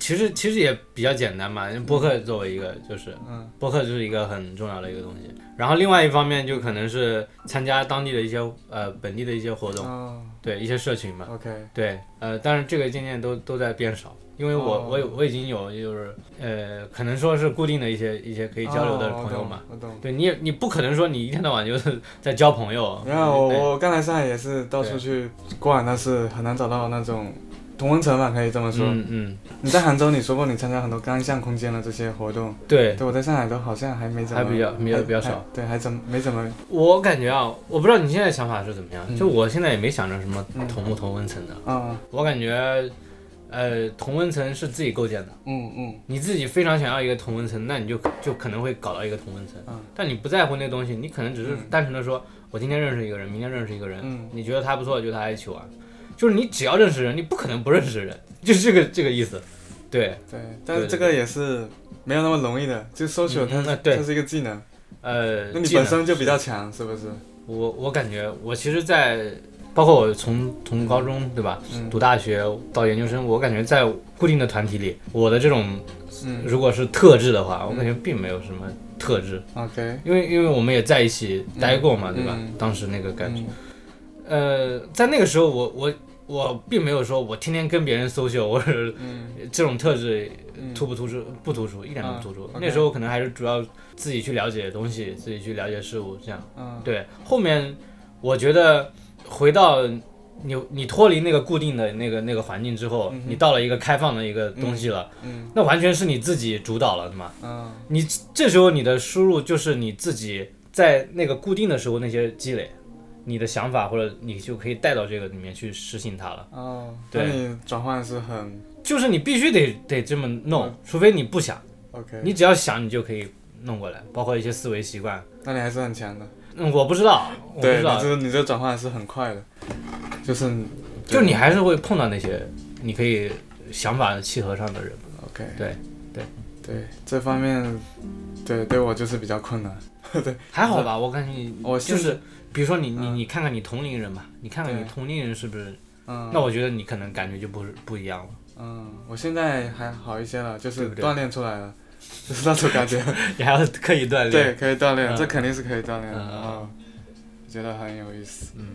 Speaker 3: 其实其实也比较简单嘛，因为播客作为一个就是
Speaker 2: 嗯，
Speaker 3: 播客就是一个很重要的一个东西。然后另外一方面就可能是参加当地的一些呃本地的一些活动，
Speaker 2: 哦
Speaker 3: 对一些社群嘛，
Speaker 2: ，OK，
Speaker 3: 对，呃，但是这个渐渐都都在变少。因为我、
Speaker 2: 哦
Speaker 3: 我有我已经有就是呃，可能说是固定的一些一些可
Speaker 2: 可
Speaker 3: 以交流的朋友嘛。，
Speaker 2: 哦我懂。
Speaker 3: 对你也你不可能说你一天到晚就是 [laughs] 在交朋友，
Speaker 2: 然后
Speaker 3: 对
Speaker 2: 我我刚来上海也是到处去逛，但是很难找到那种同温层吧，可以这么说。
Speaker 3: 嗯嗯，
Speaker 2: 你在杭州，你说过你参加很多单向空间的这些活动，
Speaker 3: 对，
Speaker 2: 对我在上海都好像还没怎么，
Speaker 3: 还比较比较比较少
Speaker 2: 还。，对，还怎么没怎么，
Speaker 3: 我感觉啊，我不知道你现在想法是怎么样，
Speaker 2: 嗯
Speaker 3: 就我现在也没想着什么同不同温层的，
Speaker 2: 嗯
Speaker 3: 我感觉，呃，同温层是自己构建的。
Speaker 2: 嗯嗯，
Speaker 3: 你自己非常想要一个同温层，那你就就可能会搞到一个同温层。
Speaker 2: 嗯
Speaker 3: 但你不在乎那东西，你可能只是
Speaker 2: 嗯
Speaker 3: 单纯的说，我今天认识一个人，明天认识一个人，
Speaker 2: 嗯
Speaker 3: 你觉得他不错，就他一起玩。就是你只要认识人，你不可能不认识人，就是这个这个意思。对，
Speaker 2: 对，但
Speaker 3: 对对
Speaker 2: 是这个也是没有那么容易的，就搜索它
Speaker 3: 嗯嗯对
Speaker 2: 它是一个技能，
Speaker 3: 呃，
Speaker 2: 那你
Speaker 3: 技能
Speaker 2: 本身就比较强，是不是？
Speaker 3: 我我感觉，我其实在，包括我从从高中对吧，
Speaker 2: 嗯
Speaker 3: 读大学到研究生，我感觉在固定的团体里，我的这种
Speaker 2: 嗯
Speaker 3: 如果是特质的话，我感觉并没有什么特质，
Speaker 2: ，OK，
Speaker 3: 因为因为我们也在一起待过嘛，
Speaker 2: 嗯
Speaker 3: 对吧
Speaker 2: 嗯？
Speaker 3: 当时那个感觉，
Speaker 2: 嗯
Speaker 3: 呃，在那个时候我我我并没有说我天天跟别人 social，我是
Speaker 2: 嗯
Speaker 3: 这种特质
Speaker 2: 嗯
Speaker 3: 突不突出？不突出，一点都不突出
Speaker 2: 啊。，OK
Speaker 3: 那时候可能还是主要自己去了解东西，自己去了解事物，这样。
Speaker 2: 嗯
Speaker 3: 对，后面我觉得回到你你脱离那个固定的那个那个环境之后，
Speaker 2: 嗯哼
Speaker 3: 你到了一个开放的一个东西了，
Speaker 2: 嗯
Speaker 3: 那完全是你自己主导了的嘛。
Speaker 2: 嗯
Speaker 3: 你这时候你的输入就是你自己在那个固定的时候那些积累，你的想法或者你就可以带到这个里面去实行它了。
Speaker 2: 哦，那
Speaker 3: 对
Speaker 2: 你转换是很
Speaker 3: 就是你必须得得这么
Speaker 2: 嗯
Speaker 3: 弄，除非你不想，
Speaker 2: OK，
Speaker 3: 你只要想你就可以弄过来，包括一些思维习惯。
Speaker 2: 那你还是很强的。
Speaker 3: 嗯，我不知道，我不
Speaker 2: 对，
Speaker 3: 知
Speaker 2: 你
Speaker 3: 道，
Speaker 2: 这你这转换是很快的，就是对
Speaker 3: 就你还是会碰到那些你可以想法契合上的人。
Speaker 2: OK，
Speaker 3: 对对
Speaker 2: 对这方面，对对我就是比较困难。对，
Speaker 3: 还好吧，我感觉你
Speaker 2: 我
Speaker 3: 就
Speaker 2: 甚
Speaker 3: 是
Speaker 2: 至，
Speaker 3: 比如说你你
Speaker 2: 嗯
Speaker 3: 你看看你同龄人吧，你看看
Speaker 2: 对
Speaker 3: 你同龄人是不是？
Speaker 2: 嗯，
Speaker 3: 那我觉得你可能感觉就不是不一样了， [laughs]
Speaker 2: 嗯，我现在还好一些了，就
Speaker 3: 对
Speaker 2: 是
Speaker 3: 不对
Speaker 2: 锻炼出来了，就是那种感
Speaker 3: [laughs]
Speaker 2: 觉。
Speaker 3: 你还要刻意锻炼。
Speaker 2: 对，，可以锻炼，
Speaker 3: 嗯
Speaker 2: 这肯定是可以锻炼的。
Speaker 3: 嗯嗯
Speaker 2: 然后觉得很有意思。
Speaker 3: 嗯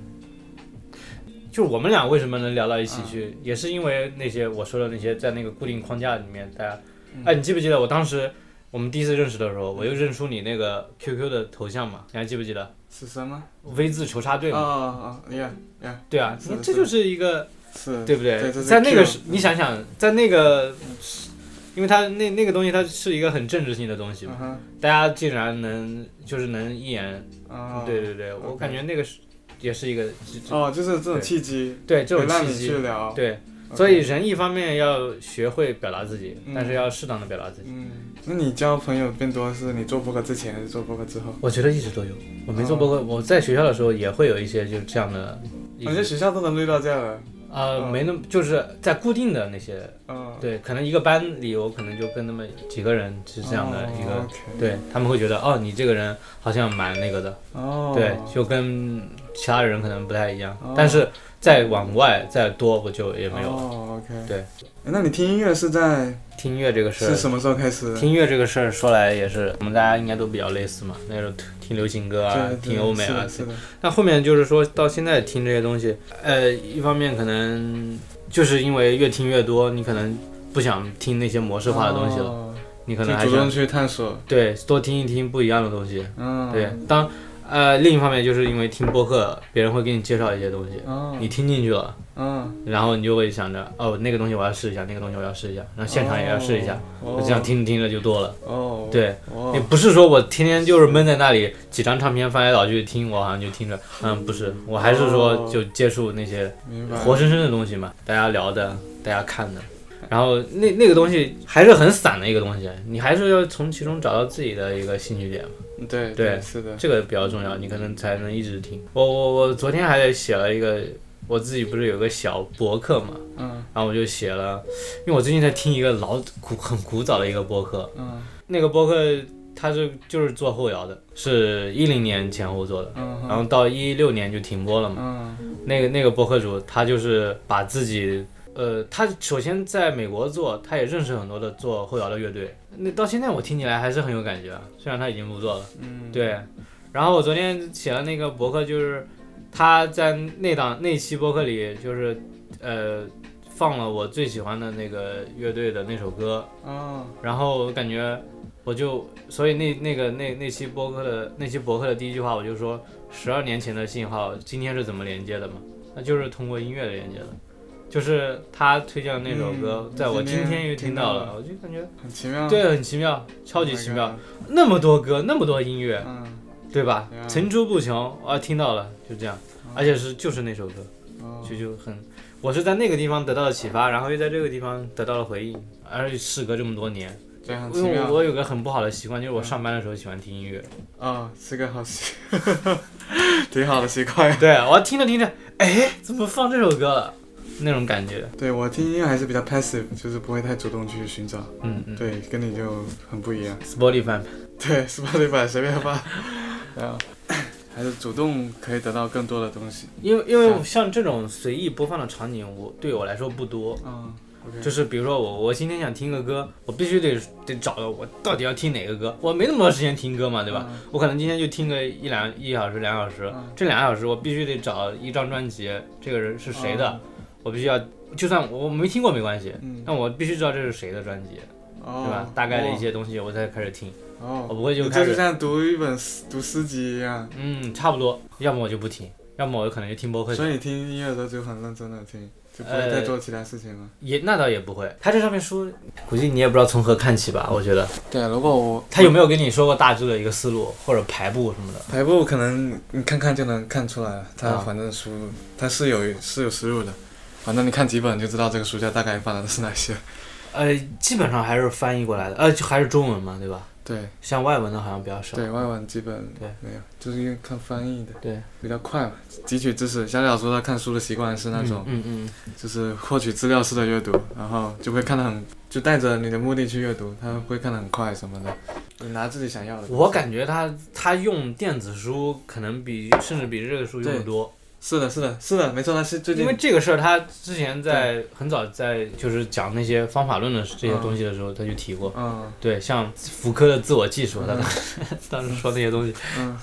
Speaker 3: 就是我们俩为什么能聊到一起
Speaker 2: 嗯
Speaker 3: 去，也是因为那些我说的那些在那个固定框架里面，大家，
Speaker 2: 嗯
Speaker 3: 哎，你记不记得我当时我们第一次认识的时候，我又认出你那个 QQ 的头像嘛？你还记不记得
Speaker 2: 是什么？
Speaker 3: ？V 字球叉队
Speaker 2: 哦
Speaker 3: 嘛？
Speaker 2: 哦哦，yeah yeah，
Speaker 3: 对啊，
Speaker 2: 是
Speaker 3: 那
Speaker 2: 的
Speaker 3: 这
Speaker 2: 是的
Speaker 3: 就是一个。
Speaker 2: 是，
Speaker 3: 对不对？
Speaker 2: 对这是
Speaker 3: 在那
Speaker 2: Q
Speaker 3: 个
Speaker 2: 嗯
Speaker 3: 时，你想想，在那个，因为它那那个东西，它是一个很政治性的东西
Speaker 2: 嗯
Speaker 3: 嘛，
Speaker 2: 哼，
Speaker 3: 大家竟然能就是能一眼，
Speaker 2: 哦
Speaker 3: 对对对，我
Speaker 2: OK
Speaker 3: 感觉那个是也是一个这这
Speaker 2: 哦，就是这种
Speaker 3: 对
Speaker 2: 契机，
Speaker 3: 对这
Speaker 2: 会
Speaker 3: 种
Speaker 2: 让
Speaker 3: 契
Speaker 2: 你去
Speaker 3: 机，
Speaker 2: 聊。
Speaker 3: 对，
Speaker 2: OK
Speaker 3: 所以人一方面要学会表达自己，
Speaker 2: 嗯
Speaker 3: 但是要适当的表达自己。
Speaker 2: 嗯，那你交朋友变多是你做播客之前还是做播客之后？
Speaker 3: 我觉得一直都有，我没做
Speaker 2: 哦
Speaker 3: 播客，我在学校的时候也会有一些就这样的，
Speaker 2: 我觉得学校都能遇到这样的，
Speaker 3: 呃
Speaker 2: 嗯
Speaker 3: 没那么就是在固定的那些，
Speaker 2: 嗯，
Speaker 3: 对，可能一个班里我可能就跟那么几个人是这样的一个
Speaker 2: 哦，OK
Speaker 3: 对他们会觉得哦，你这个人好像蛮那个的，
Speaker 2: 哦，
Speaker 3: 对，就跟其他人可能不太一样。
Speaker 2: 哦
Speaker 3: 但是再往外再多，我就也没有了。
Speaker 2: 哦，OK，
Speaker 3: 对
Speaker 2: 哎那你听音乐是在
Speaker 3: 听音乐这个事
Speaker 2: 是
Speaker 3: 儿，
Speaker 2: 什么时候开始的？
Speaker 3: 听音乐这个事儿说来也是，我们大家应该都比较类似嘛，那时候听流行歌啊
Speaker 2: 对，对
Speaker 3: 听欧美啊。
Speaker 2: 是的，是的，
Speaker 3: 那后面就是说到现在听这些东西，呃，一方面可能就是因为越听越多，你可能不想听那些模式化的东西了，
Speaker 2: 哦
Speaker 3: 你可能还
Speaker 2: 就主动
Speaker 3: 想
Speaker 2: 去探索，
Speaker 3: 对多听一听不一样的东西。
Speaker 2: 嗯，
Speaker 3: 对，，当呃另一方面就是因为听播客，别人会给你介绍一些东西，
Speaker 2: 哦，
Speaker 3: 你听进去了，
Speaker 2: 嗯，
Speaker 3: 然后你就会想着哦那个东西我要试一下，那个东西我要试一下，然后现场也要试一下，
Speaker 2: 哦，
Speaker 3: 这样听着听着就多了。
Speaker 2: 哦，
Speaker 3: 对，
Speaker 2: 哦，
Speaker 3: 你不是说我天天就是闷在那里几张唱片翻来倒去听，我好像就听着，嗯，不是，我还是说
Speaker 2: 哦嗯
Speaker 3: 就接触那些
Speaker 2: 明白，
Speaker 3: 活生生的东西嘛，大家聊的，大家看的。然后那那个东西还是很散的一个东西，你还是要从其中找到自己的一个兴趣点。
Speaker 2: 对
Speaker 3: 对
Speaker 2: 是的，
Speaker 3: 这个比较重要，你可能才能一直听。我我我昨天还在写了一个，我自己不是有个小博客嘛，
Speaker 2: 嗯
Speaker 3: 然后我就写了，因为我最近在听一个老古很古早的一个博客，
Speaker 2: 嗯
Speaker 3: 那个博客它是就是做后摇的，是一零年前后做的，
Speaker 2: 嗯，
Speaker 3: 然后到一六年就停播了嘛。
Speaker 2: 嗯
Speaker 3: 那个那个博客主他就是把自己。呃，他首先在美国做，他也认识很多的做后摇的乐队。那到现在我听起来还是很有感觉啊，虽然他已经不做了。
Speaker 2: 嗯，
Speaker 3: 对，然后我昨天写了那个博客，就是他在那档那期博客里，就是呃放了我最喜欢的那个乐队的那首歌，
Speaker 2: 哦，
Speaker 3: 然后我感觉我就所以那那个那那期博客的那期博客的第一句话我就说，十二年前的信号今天是怎么连接的嘛？那就是通过音乐连接的。就是他推荐的那首歌，
Speaker 2: 嗯
Speaker 3: 在我
Speaker 2: 今
Speaker 3: 今
Speaker 2: 天
Speaker 3: 天又听
Speaker 2: 听
Speaker 3: 到
Speaker 2: 到
Speaker 3: 了，
Speaker 2: 了
Speaker 3: 我就感觉
Speaker 2: 很奇妙，
Speaker 3: 对，很奇妙，超
Speaker 2: Oh
Speaker 3: 级
Speaker 2: my
Speaker 3: 奇妙。
Speaker 2: God，
Speaker 3: 那么多歌，那么多音乐，
Speaker 2: 嗯，
Speaker 3: 对吧
Speaker 2: Yeah.？
Speaker 3: 层出不穷啊，听到了，就这样，
Speaker 2: 啊
Speaker 3: 而且是就是那首歌，
Speaker 2: 哦
Speaker 3: 就就很，我是在那个地方得到了启发，然后又在这个地方得到了回应，而且事隔这么多年，
Speaker 2: 对，很奇
Speaker 3: 因为
Speaker 2: 妙
Speaker 3: 我。我有个很不好的习惯，就是我上班的时候喜欢听音乐，
Speaker 2: 哦，是个好习， [laughs] 挺好的习惯。
Speaker 3: 对我听着听着，哎，怎么放这首歌了？那种感觉，
Speaker 2: 对我听音乐还是比较 passive，就是不会太主动去寻找。
Speaker 3: 嗯嗯
Speaker 2: 对，跟你就很不一样。
Speaker 3: ，Spotify，
Speaker 2: 对，Spotify 随便放。然后，还是主动可以得到更多的东西。
Speaker 3: 因为因为
Speaker 2: 像
Speaker 3: 像这种随意播放的场景，我对我来说不多。
Speaker 2: 嗯，OK，
Speaker 3: 就是比如说我，我今天想听个歌，我必须得得找到我到底要听哪个歌。我没那么多时间听歌嘛，对吧？
Speaker 2: 嗯
Speaker 3: 我可能今天就听个一两一小时、两小时，
Speaker 2: 嗯
Speaker 3: 这两小时我必须得找一张专辑，这个人是谁的，我必须要，就算我我没听过没关系，
Speaker 2: 嗯，
Speaker 3: 但我必须知道这是谁的专辑，
Speaker 2: 哦，
Speaker 3: 对吧？大概的一些东西我才开始听，
Speaker 2: 哦，
Speaker 3: 我不会就
Speaker 2: 你
Speaker 3: 开
Speaker 2: 这就
Speaker 3: 始，
Speaker 2: 像读一本诗读诗集一样，
Speaker 3: 嗯，差不多，要么我就不听，要么我可能就听播客。
Speaker 2: 所以你听音乐的时候就很认真的听，就不会
Speaker 3: 呃
Speaker 2: 再做其他事情了。
Speaker 3: 也那倒也不会，他这上面说，估计你也不知道从何看起吧？我觉得
Speaker 2: 对，如果我
Speaker 3: 他有没有跟你说过大致的一个思路或者排布什么的？
Speaker 2: 排布可能你看看就能看出来了，它
Speaker 3: 啊
Speaker 2: 反正书它是有是有思路的，反正你看几本就知道这个书架大概放的是哪 [laughs] 些。
Speaker 3: 呃，基本上还是翻译过来的，呃，就还是中文嘛，对吧？
Speaker 2: 对
Speaker 3: 像外文的好像比较少。
Speaker 2: 对，外文基本
Speaker 3: 对
Speaker 2: 没有，就是因为看翻译的
Speaker 3: 对，
Speaker 2: 比较快嘛，汲取知识。小小说他看书的习惯是那种，
Speaker 3: 嗯嗯
Speaker 2: 就是获取资料式的阅读，然后就会看得很，就带着你的目的去阅读，他会看得很快什么的。你拿自己想要的。
Speaker 3: 嗯，我感觉他他用电子书可能比甚至比这个书用的多，
Speaker 2: 是的，是的，是的，没错，他是最
Speaker 3: 因
Speaker 2: 近
Speaker 3: 为这个事儿他之前在很早在就是讲那些方法论的这些东西的时候他就提过，
Speaker 2: 嗯
Speaker 3: 对，像福柯的自我技术，他当时 [laughs] 当时说那些东西，
Speaker 2: 嗯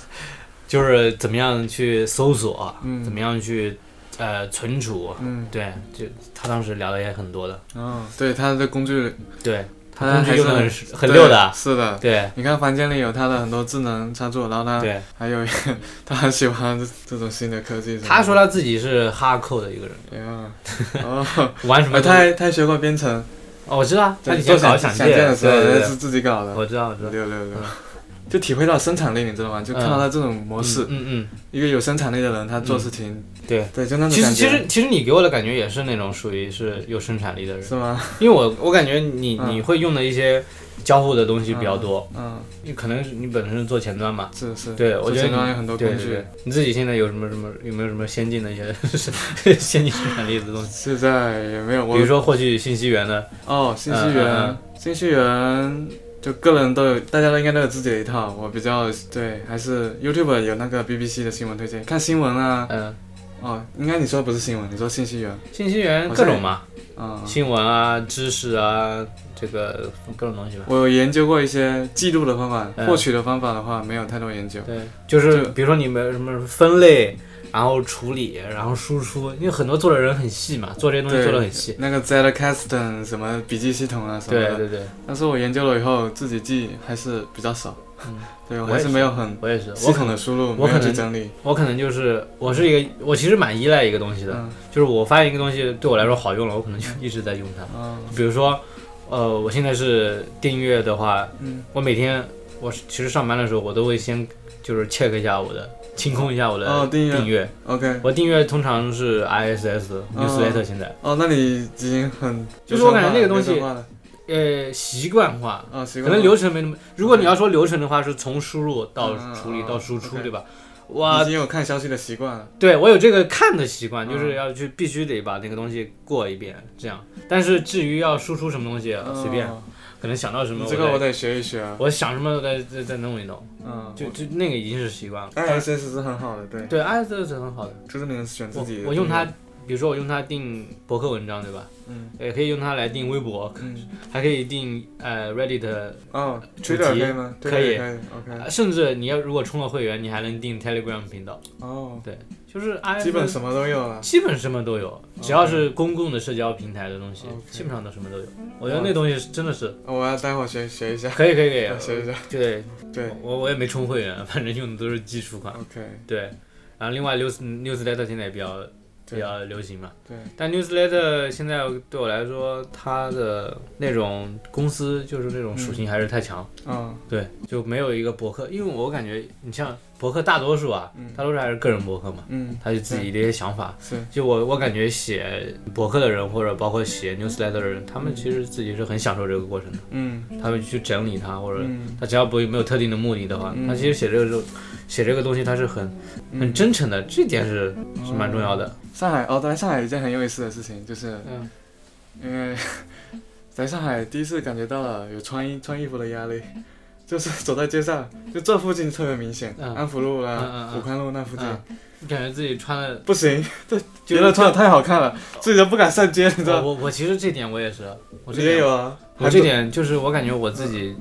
Speaker 3: 就是怎么样去搜索，
Speaker 2: 嗯
Speaker 3: 怎么样去呃存储，
Speaker 2: 嗯
Speaker 3: 对，就他当时聊的也很多的，
Speaker 2: 嗯，对，他的工具
Speaker 3: 对，
Speaker 2: 他
Speaker 3: 工
Speaker 2: 还
Speaker 3: 具
Speaker 2: 是
Speaker 3: 用的很
Speaker 2: 很
Speaker 3: 很溜的，
Speaker 2: 对嗯是的。
Speaker 3: 对
Speaker 2: 你看房间里有他的很多智能插座，然后他
Speaker 3: 对。
Speaker 2: 还有 [laughs] 他很喜欢这这种新的科技什么的。
Speaker 3: 他说他自己是哈扣的一个人，
Speaker 2: 哎呀，
Speaker 3: [laughs]
Speaker 2: 哦，
Speaker 3: 玩什么
Speaker 2: 呃
Speaker 3: 都
Speaker 2: 他还他还学过编程，
Speaker 3: 哦，我知道，他
Speaker 2: 对
Speaker 3: 以前搞
Speaker 2: 做
Speaker 3: 想
Speaker 2: 想
Speaker 3: 见，
Speaker 2: 的时候哎
Speaker 3: 对对
Speaker 2: 是
Speaker 3: 对，
Speaker 2: 自己搞的。
Speaker 3: 我知道，我知道。
Speaker 2: 六六六
Speaker 3: 嗯，
Speaker 2: 就体会到生产力，你知道吗？就看到他这种模式，
Speaker 3: 嗯嗯
Speaker 2: 一个有生产力的人，他做事情，
Speaker 3: 嗯，对。
Speaker 2: 对，就那种
Speaker 3: 其
Speaker 2: 感觉。
Speaker 3: 实其实其实你给我的感觉也是那种属于是有生产力的人，
Speaker 2: 是吗？
Speaker 3: 因为我我感觉你
Speaker 2: 嗯
Speaker 3: 你会用的一些交互的东西比较
Speaker 2: 嗯
Speaker 3: 多，
Speaker 2: 嗯，
Speaker 3: 你可能是你本身是做前端嘛，
Speaker 2: 是是。
Speaker 3: 对我觉得
Speaker 2: 前端
Speaker 3: 你
Speaker 2: 有很多
Speaker 3: 对
Speaker 2: 工
Speaker 3: 对
Speaker 2: 具
Speaker 3: 对，，你自己现在有什么什么有没有什么先进的一些 [laughs] 先进生产力的东西？
Speaker 2: 现在也没有。
Speaker 3: 比
Speaker 2: 我
Speaker 3: 如说获取信息源的，
Speaker 2: 哦，信息
Speaker 3: 嗯
Speaker 2: 源
Speaker 3: 嗯，
Speaker 2: 信息源，就个人都有，大家都应该都有自己的一套。我比较对，还是 YouTube 有那个 BBC 的新闻推荐，看新闻啊。
Speaker 3: 嗯，
Speaker 2: 哦，应该你说不是新闻，你说信息源。
Speaker 3: 信息源
Speaker 2: 好
Speaker 3: 各
Speaker 2: 像
Speaker 3: 种嘛，
Speaker 2: 嗯，
Speaker 3: 新闻啊、知识啊，这个各种东西吧。
Speaker 2: 我有研究过一些记录的方法，
Speaker 3: 嗯
Speaker 2: 获取的方法的话没有太多研究。
Speaker 3: 对，就是
Speaker 2: 就
Speaker 3: 比如说你们什么分类，然后处理，然后输出，因为很多做的人很细嘛，做这些东西
Speaker 2: 对
Speaker 3: 做的很细。嗯
Speaker 2: 那个 Zetcaston 什么笔记系统啊什么
Speaker 3: 对
Speaker 2: 的，
Speaker 3: 对对，
Speaker 2: 但是我研究了以后自己记还是比较少，
Speaker 3: 嗯
Speaker 2: [laughs] 对我
Speaker 3: 我也
Speaker 2: 还是
Speaker 3: 是
Speaker 2: 没有很
Speaker 3: 我也是，
Speaker 2: 系
Speaker 3: 我可
Speaker 2: 统的输入，
Speaker 3: 我
Speaker 2: 没有
Speaker 3: 可
Speaker 2: 去
Speaker 3: 能
Speaker 2: 整理。
Speaker 3: 我可能就是我是一个，我其实蛮依赖一个东西的，
Speaker 2: 嗯
Speaker 3: 就是我发现一个东西对我来说好用了，我可能就一直在用它。
Speaker 2: 嗯
Speaker 3: 比如说，呃，我现在是订阅的话，
Speaker 2: 嗯
Speaker 3: 我每天我是其实上班的时候，我都会先就是 check 一下我的，清空一下我
Speaker 2: 哦
Speaker 3: 的
Speaker 2: 订阅
Speaker 3: 订阅。
Speaker 2: ，OK，
Speaker 3: 我订阅通常是 ISS
Speaker 2: 哦
Speaker 3: newsletter，现在
Speaker 2: 哦，那你已经很
Speaker 3: 就是我感觉那个
Speaker 2: 流
Speaker 3: 东西
Speaker 2: 程化了
Speaker 3: 呃习惯化，
Speaker 2: 流程化了哦，习
Speaker 3: 可
Speaker 2: 惯
Speaker 3: 能
Speaker 2: 了
Speaker 3: 流程没那么。如果你要说流程的话，是从输入到
Speaker 2: 嗯
Speaker 3: 处理
Speaker 2: 嗯
Speaker 3: 到输出，
Speaker 2: OK
Speaker 3: 对吧？
Speaker 2: 已
Speaker 3: 我
Speaker 2: 经有看消息的习惯了。
Speaker 3: 对我有这个看的习惯，就是
Speaker 2: 嗯
Speaker 3: 要去必须得把那个东西过一遍，这样。但是至于要输出什么东西，啊随便，
Speaker 2: 哦
Speaker 3: 可能想到什么，
Speaker 2: 这个我
Speaker 3: 我再
Speaker 2: 得学一学啊。
Speaker 3: 我想什么我再再再弄一弄，
Speaker 2: 嗯，
Speaker 3: 就就那个已经是习惯了。
Speaker 2: ISS 是很好的，对，
Speaker 3: 对，ISS 是很好的，
Speaker 2: 就是你能选自
Speaker 3: 我
Speaker 2: 己的
Speaker 3: 我用它
Speaker 2: 订阅，，
Speaker 3: 比如说我用它定博客文章，对吧？
Speaker 2: 嗯
Speaker 3: 也可以用它来定微博，
Speaker 2: 嗯，
Speaker 3: 还可以定呃 Reddit
Speaker 2: 哦
Speaker 3: 主
Speaker 2: ，Twitter
Speaker 3: 题
Speaker 2: 可以吗？
Speaker 3: 可
Speaker 2: Twitter
Speaker 3: 以
Speaker 2: 可以，OK，
Speaker 3: 呃甚至你要如果充了会员，你还能订 Telegram 频道，
Speaker 2: 哦，
Speaker 3: 就是 i
Speaker 2: 基本什么都有了。
Speaker 3: 基本什么都有，只要是公共的社交平台的东西
Speaker 2: OK 哦
Speaker 3: 基本上都什么都有。我觉得那东西是真的是
Speaker 2: 我要待会儿学学一下，
Speaker 3: 可以可以可
Speaker 2: [laughs]
Speaker 3: 以，
Speaker 2: 学一下。
Speaker 3: 对啊
Speaker 2: 对
Speaker 3: 我我也没充会员，反正用的都是基础款。
Speaker 2: ，OK，
Speaker 3: 对，然后另外 news newsletter 现在也比较比
Speaker 2: 对
Speaker 3: 较流行嘛，
Speaker 2: 对，
Speaker 3: 但 newsletter 现在对我来说，它的那种公司就是那种属性还是太强。
Speaker 2: 嗯
Speaker 3: 对，就没有一个博客，因为我感觉你像博客，大多数啊，
Speaker 2: 嗯
Speaker 3: 大多数还是个人博客嘛，
Speaker 2: 嗯，
Speaker 3: 他就自己的一些想法。
Speaker 2: 是，
Speaker 3: 就我我感觉写博客的人，或者包括写 newsletter 的人，他们其实自己是很享受这个过程的，
Speaker 2: 嗯
Speaker 3: 他们去整理它，或者
Speaker 2: 嗯，
Speaker 3: 他只要不没有特定的目的的话，
Speaker 2: 嗯
Speaker 3: 他其实写这个时候写这个东西，他是很很
Speaker 2: 嗯
Speaker 3: 真诚的，这点是是蛮重要的。
Speaker 2: 上海哦，在上海有一件很有意思的事情，就是
Speaker 3: 嗯，嗯
Speaker 2: 因为在上海第一次感觉到了有穿衣穿衣服的压力，就是走在街上，就这附近特别明显，
Speaker 3: 嗯
Speaker 2: 安福路啦、
Speaker 3: 嗯嗯嗯
Speaker 2: 武康路那附近，
Speaker 3: 嗯感觉自己
Speaker 2: [laughs]
Speaker 3: 穿的
Speaker 2: 不行，
Speaker 3: 就
Speaker 2: 觉得穿的太好看了，自己都不敢上街，你知
Speaker 3: 我
Speaker 2: 道？
Speaker 3: 我我其实这点我也是，我
Speaker 2: 你
Speaker 3: 这
Speaker 2: 也
Speaker 3: 点
Speaker 2: 有啊，
Speaker 3: 我
Speaker 2: 还
Speaker 3: 这
Speaker 2: 不
Speaker 3: 点就是我感觉我自己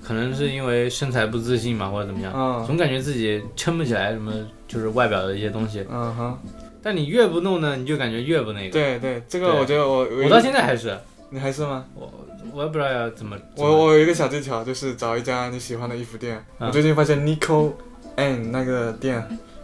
Speaker 3: 可能是因为身材不自信嘛，或者怎么样，
Speaker 2: 嗯
Speaker 3: 总感觉自己撑不起来什么，就是外表的一些东西。
Speaker 2: 嗯哼，
Speaker 3: 但你越不弄呢，你就感觉越不那个。
Speaker 2: 对对，这个
Speaker 3: 对
Speaker 2: 我觉得我我
Speaker 3: 我到现在还是，
Speaker 2: 你还是吗？
Speaker 3: 我我也不知道要怎么。怎
Speaker 2: 我
Speaker 3: 么
Speaker 2: 我有一个小技巧，就是找一家你喜欢的衣服店。
Speaker 3: 嗯
Speaker 2: 我最近发现 Nico and 那个店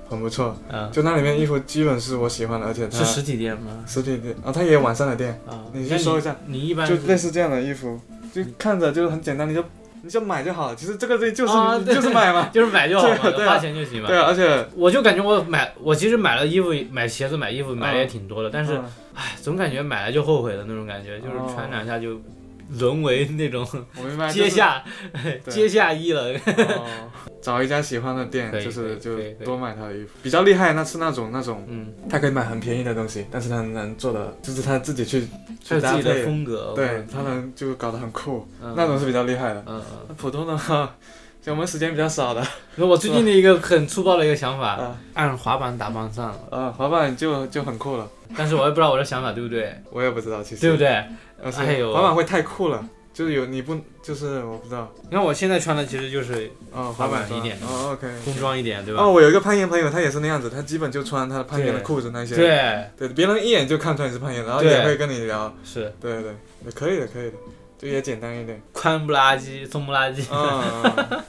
Speaker 2: 很不错，
Speaker 3: 嗯，
Speaker 2: 就那里面衣服基本是我喜欢的，而且它
Speaker 3: 是实体店吗？
Speaker 2: 实体店啊，它也有晚上的店，
Speaker 3: 啊，
Speaker 2: 你去
Speaker 3: 那
Speaker 2: 搜一下。
Speaker 3: 你一般
Speaker 2: 就是类似这样的衣服，就看着就很简单，你就你就买就好了。其实这个东西就是、
Speaker 3: 啊
Speaker 2: 你
Speaker 3: 对
Speaker 2: 就是买
Speaker 3: [laughs]
Speaker 2: 嘛，
Speaker 3: 就是买就好嘛，
Speaker 2: 对啊对啊
Speaker 3: 花钱就行嘛
Speaker 2: 对。啊，而且
Speaker 3: 我就感觉我买，我其实买了衣服、买鞋子、买衣服买的也挺多的，但是
Speaker 2: 嗯
Speaker 3: 唉，总感觉买了就后悔的那种感觉，就是
Speaker 2: 哦
Speaker 3: 穿两下就沦为那种
Speaker 2: 我明白、就是、
Speaker 3: 阶下
Speaker 2: 对
Speaker 3: 阶下衣
Speaker 2: [laughs]
Speaker 3: 了。嗯
Speaker 2: 哦找一家喜欢的店
Speaker 3: 可，以
Speaker 2: 就是
Speaker 3: 可以
Speaker 2: 就
Speaker 3: 可以可以
Speaker 2: 多买他的衣服。比较厉害那是那种那种，
Speaker 3: 嗯，
Speaker 2: 他可以买很便宜的东西，但是他能做的就是他自己去
Speaker 3: 还
Speaker 2: 去
Speaker 3: 有自
Speaker 2: 搭
Speaker 3: 己的
Speaker 2: 配，
Speaker 3: 风格。
Speaker 2: 对他能就搞得很酷，
Speaker 3: 嗯
Speaker 2: 那种是比较厉害的。
Speaker 3: 嗯嗯。
Speaker 2: 那普通的话，就我们时间比较少的，
Speaker 3: 那我最近的一个很粗暴的一个想法
Speaker 2: 啊，
Speaker 3: 按滑板打棒算了，
Speaker 2: 呃，滑板就就很酷了。
Speaker 3: 但是我也不知道我的想法对不对，
Speaker 2: 我也不知道其实，
Speaker 3: 对不对？
Speaker 2: 但是
Speaker 3: 哎呦
Speaker 2: 呃滑板会太酷了，就是有你不就是我不知道。
Speaker 3: 你看我现在穿的其实就是
Speaker 2: 哦，
Speaker 3: 滑板
Speaker 2: 是吧
Speaker 3: 一点的
Speaker 2: 哦，OK。
Speaker 3: 工装一点，对吧？
Speaker 2: 哦，我有一个攀岩朋友，他也是那样子，他基本就穿他攀岩的
Speaker 3: 对
Speaker 2: 裤子那些。。
Speaker 3: 对，
Speaker 2: 对，别人一眼就看出来你是攀岩，然后
Speaker 3: 对
Speaker 2: 也会跟你聊。
Speaker 3: 是
Speaker 2: 对对对，可以的，可以的，就也简单一点。
Speaker 3: 宽不拉几，松
Speaker 2: [laughs]
Speaker 3: 不拉几。
Speaker 2: 嗯，
Speaker 3: [laughs]
Speaker 2: 嗯嗯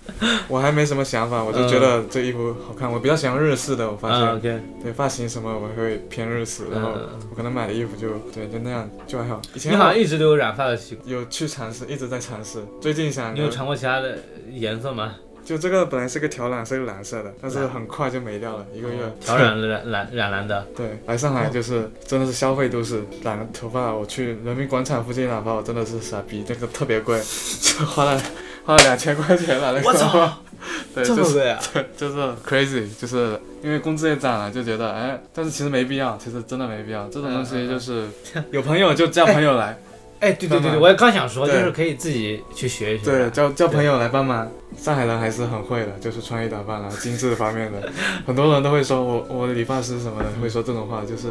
Speaker 2: 我还没什么想法，我就觉得这衣服好看，我比较喜欢日式的。我发现，
Speaker 3: 嗯，OK，嗯
Speaker 2: 对发型什么我会偏日式，然后我可能买的衣服就对就那样就还好。以
Speaker 3: 你
Speaker 2: 前
Speaker 3: 好像一直都有染发的习惯，
Speaker 2: 有去尝试，一直在尝试。最近想
Speaker 3: 你有尝过其他的颜色吗？
Speaker 2: 就这个本来是个调染，是个蓝色的，但是很快就没掉了，一个月。
Speaker 3: 调染染染染蓝的，
Speaker 2: [laughs] 对，来上海就是真的是消费都市，染了头发我去人民广场附近染发，我真的是傻逼，那个特别贵， [laughs] 就花了花了两千块钱染了个
Speaker 3: 我
Speaker 2: 头
Speaker 3: 操
Speaker 2: 发。 [laughs] [laughs] 对，
Speaker 3: 这
Speaker 2: 就
Speaker 3: 么
Speaker 2: 是
Speaker 3: 贵啊！
Speaker 2: 就是 crazy，就是因为工资也涨了，就觉得哎，但是其实没必要，其实真的没必要，这种东
Speaker 3: 嗯
Speaker 2: 西就是
Speaker 3: [laughs]
Speaker 2: 有朋友就叫朋友来，
Speaker 3: 哎，对对对
Speaker 2: 慢
Speaker 3: 对，
Speaker 2: 慢
Speaker 3: 我也刚想说，就
Speaker 2: 对
Speaker 3: 是可以自己去学一学。
Speaker 2: 对，叫叫朋友来帮忙。上海人还是很会的， [laughs] 就是穿衣打扮啊，精致方面的， [laughs] 很多人都会说我我的理发师什么的会说这种话，就是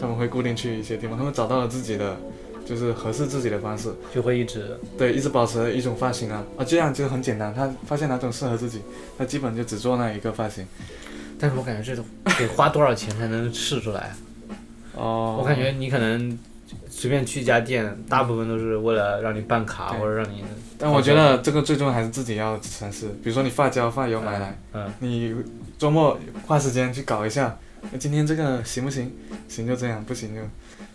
Speaker 2: 他们会固定去一些地方，他们找到了自己的。就是合适自己的方式，
Speaker 3: 就会一直
Speaker 2: 对，一直保持一种发型啊，啊，这样就很简单。他发现哪种适合自己，他基本就只做那一个发型。
Speaker 3: 但是我感觉这种得花多少钱才能试出来？啊
Speaker 2: 哦
Speaker 3: 我感觉你可能随便去一家店，大部分都是为了让你办卡
Speaker 2: 对
Speaker 3: 或者让你，
Speaker 2: 但我觉得这个最终还是自己要尝试，比如说你发胶、发油买来，
Speaker 3: 嗯，
Speaker 2: 你周末花时间去搞一下，那今天这个行不行？行就这样，不行就。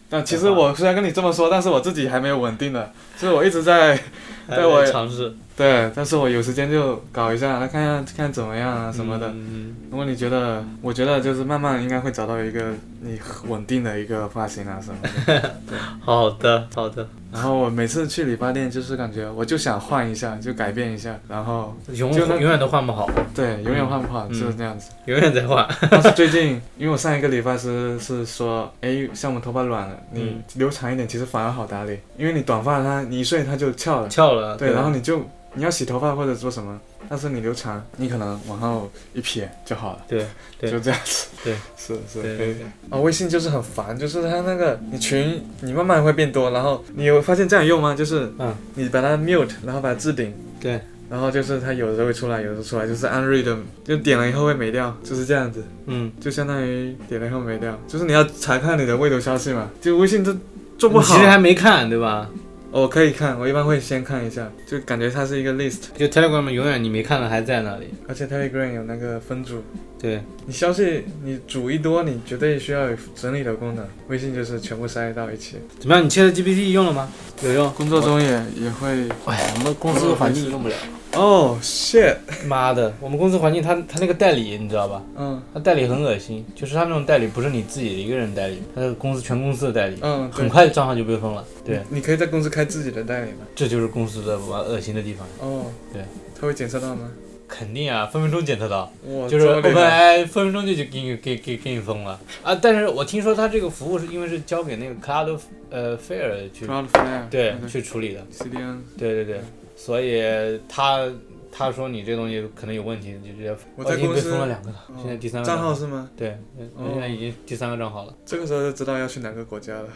Speaker 2: 但其实我虽然跟你这么说，但是我自己还没有稳定的，所以我一直在对
Speaker 3: 还得
Speaker 2: 我也
Speaker 3: 尝试
Speaker 2: 对，但是我有时间就搞一下，看看看怎么样啊什么的。
Speaker 3: 嗯，
Speaker 2: 如果你觉得，我觉得就是慢慢应该会找到一个你稳定的一个发型啊什
Speaker 3: [laughs]
Speaker 2: 么的。
Speaker 3: 嗯好的好的，
Speaker 2: 然后我每次去理发店，就是感觉我就想换一下，就改变一下，然后
Speaker 3: 永
Speaker 2: 就那
Speaker 3: 永远都换不好，
Speaker 2: 对，永远换不好，
Speaker 3: 嗯
Speaker 2: 就是这样子。
Speaker 3: 永远在换。
Speaker 2: 但是最近，因为我上一个理发师是说，哎，像我头发软了，你
Speaker 3: 嗯
Speaker 2: 留长一点，其实反而好打理，因为你短发它你一睡它就翘了，
Speaker 3: 翘了，
Speaker 2: 对，然后你就你要洗头发或者做什么，但是你留长，你可能往后一撇就好了，
Speaker 3: 对对
Speaker 2: 就这样子，
Speaker 3: 对，
Speaker 2: [laughs] 是是，
Speaker 3: 对
Speaker 2: 可以
Speaker 3: 对对
Speaker 2: 啊，微信就是很烦，就是它那个你群你慢慢会变多，然后你有发现这样用吗？就是
Speaker 3: 嗯
Speaker 2: 你把它 mute，然后把它置顶，
Speaker 3: 对，
Speaker 2: 然后就是它有的时候会出来，有的时候出来，就是 unread，就点了以后会没掉，就是这样子，
Speaker 3: 嗯，
Speaker 2: 就相当于点了以后没掉，就是你要查看你的未读消息嘛，就微信这做不
Speaker 3: 你
Speaker 2: 好
Speaker 3: 嗯其。实还没看对吧？
Speaker 2: 我可以看，我一般会先看一下，就感觉它是一个 list，
Speaker 3: 就 Telegram 永远你没看的还在那里，
Speaker 2: 而且 Telegram 有那个分组，
Speaker 3: 对，
Speaker 2: 你消息你组一多，你绝对需要有整理的功能，微信就是全部塞到一起。
Speaker 3: 怎么样？你 Chat GPT 用了吗？有用。
Speaker 2: 工作中也也会
Speaker 4: 哎，我们公司环境用不了。
Speaker 2: 哦、shit，
Speaker 3: 妈的，我们公司环境他他那个代理你知道吧？
Speaker 2: 嗯
Speaker 3: 他代理很恶心，就是他那种代理不是你自己一个人代理，他是公司全公司的代理，
Speaker 2: 嗯，对
Speaker 3: 很快账号就被封了。对，
Speaker 2: 你可以在公司开自己的代理吗？
Speaker 3: 这就是公司的我恶心的地方。
Speaker 2: 哦，
Speaker 3: 对，
Speaker 2: 他会检测到吗？
Speaker 3: 肯定啊，分分钟检测到，
Speaker 2: 哇，
Speaker 3: 就是
Speaker 2: 这么厉
Speaker 3: OpenAI
Speaker 2: 害
Speaker 3: 分分钟就就给你给给给你封了啊！但是我听说他这个服务是因为是交给那个 Cloud 呃 Fair 去
Speaker 2: Cloudflare，
Speaker 3: 对
Speaker 2: 那个
Speaker 3: 去处理的，
Speaker 2: CDN，
Speaker 3: 对对对，所以他他说你这东西可能有问题，你就直接
Speaker 2: 我在
Speaker 3: 已经
Speaker 2: 公
Speaker 3: 被
Speaker 2: 司
Speaker 3: 封了两个了，现在第三
Speaker 2: 哦
Speaker 3: 个
Speaker 2: 账
Speaker 3: 账
Speaker 2: 号是吗？
Speaker 3: 对，我现在已经第三个账号了。
Speaker 2: 这个时候就知道要去哪个国家了。 [laughs]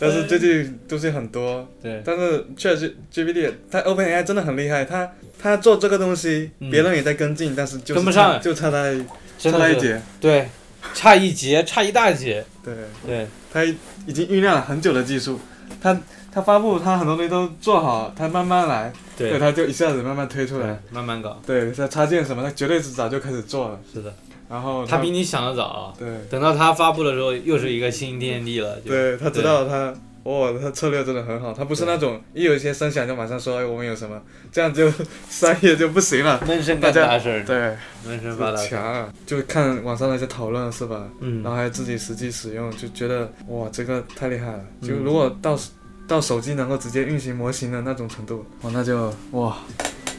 Speaker 2: 但是最近东西很多，
Speaker 3: 对，
Speaker 2: 但是 Chat GPT 它 OpenAI 真的很厉害，它它做这个东西，
Speaker 3: 嗯
Speaker 2: 别人也在跟进，但是就是
Speaker 3: 跟不上
Speaker 2: 差就差它差
Speaker 3: 真
Speaker 2: 它一
Speaker 3: 的是
Speaker 2: 截。
Speaker 3: 对，差一截，差一大截。
Speaker 2: 对，
Speaker 3: 对，
Speaker 2: 它已经酝酿了很久的技术，它它发布它很多东西都做好，它慢慢来，对，
Speaker 3: 对，
Speaker 2: 它就一下子慢慢推出
Speaker 3: 对
Speaker 2: 来。，
Speaker 3: 慢慢搞，
Speaker 2: 对，像插件什么，它绝对是早就开始做了。
Speaker 3: 是的，
Speaker 2: 然后
Speaker 3: 他比你想的早。
Speaker 2: 对
Speaker 3: 等到他发布了之后，又是一个新天地了。就，
Speaker 2: 对，他知道他，哦，他策略真的很好，他不是那种一有一些声响就马上说，哎，我们有什么，这样就商业就不行了。
Speaker 3: 闷声
Speaker 2: 大
Speaker 3: 干
Speaker 2: 家
Speaker 3: 大事儿，
Speaker 2: 对，
Speaker 3: 闷声发大事儿。
Speaker 2: 强啊！就看网上那些讨论是吧？
Speaker 3: 嗯
Speaker 2: 然后还自己实际使用，就觉得哇，这个太厉害了！
Speaker 3: 嗯
Speaker 2: 就如果到、到手机能够直接运行模型的那种程度，哇，那就哇。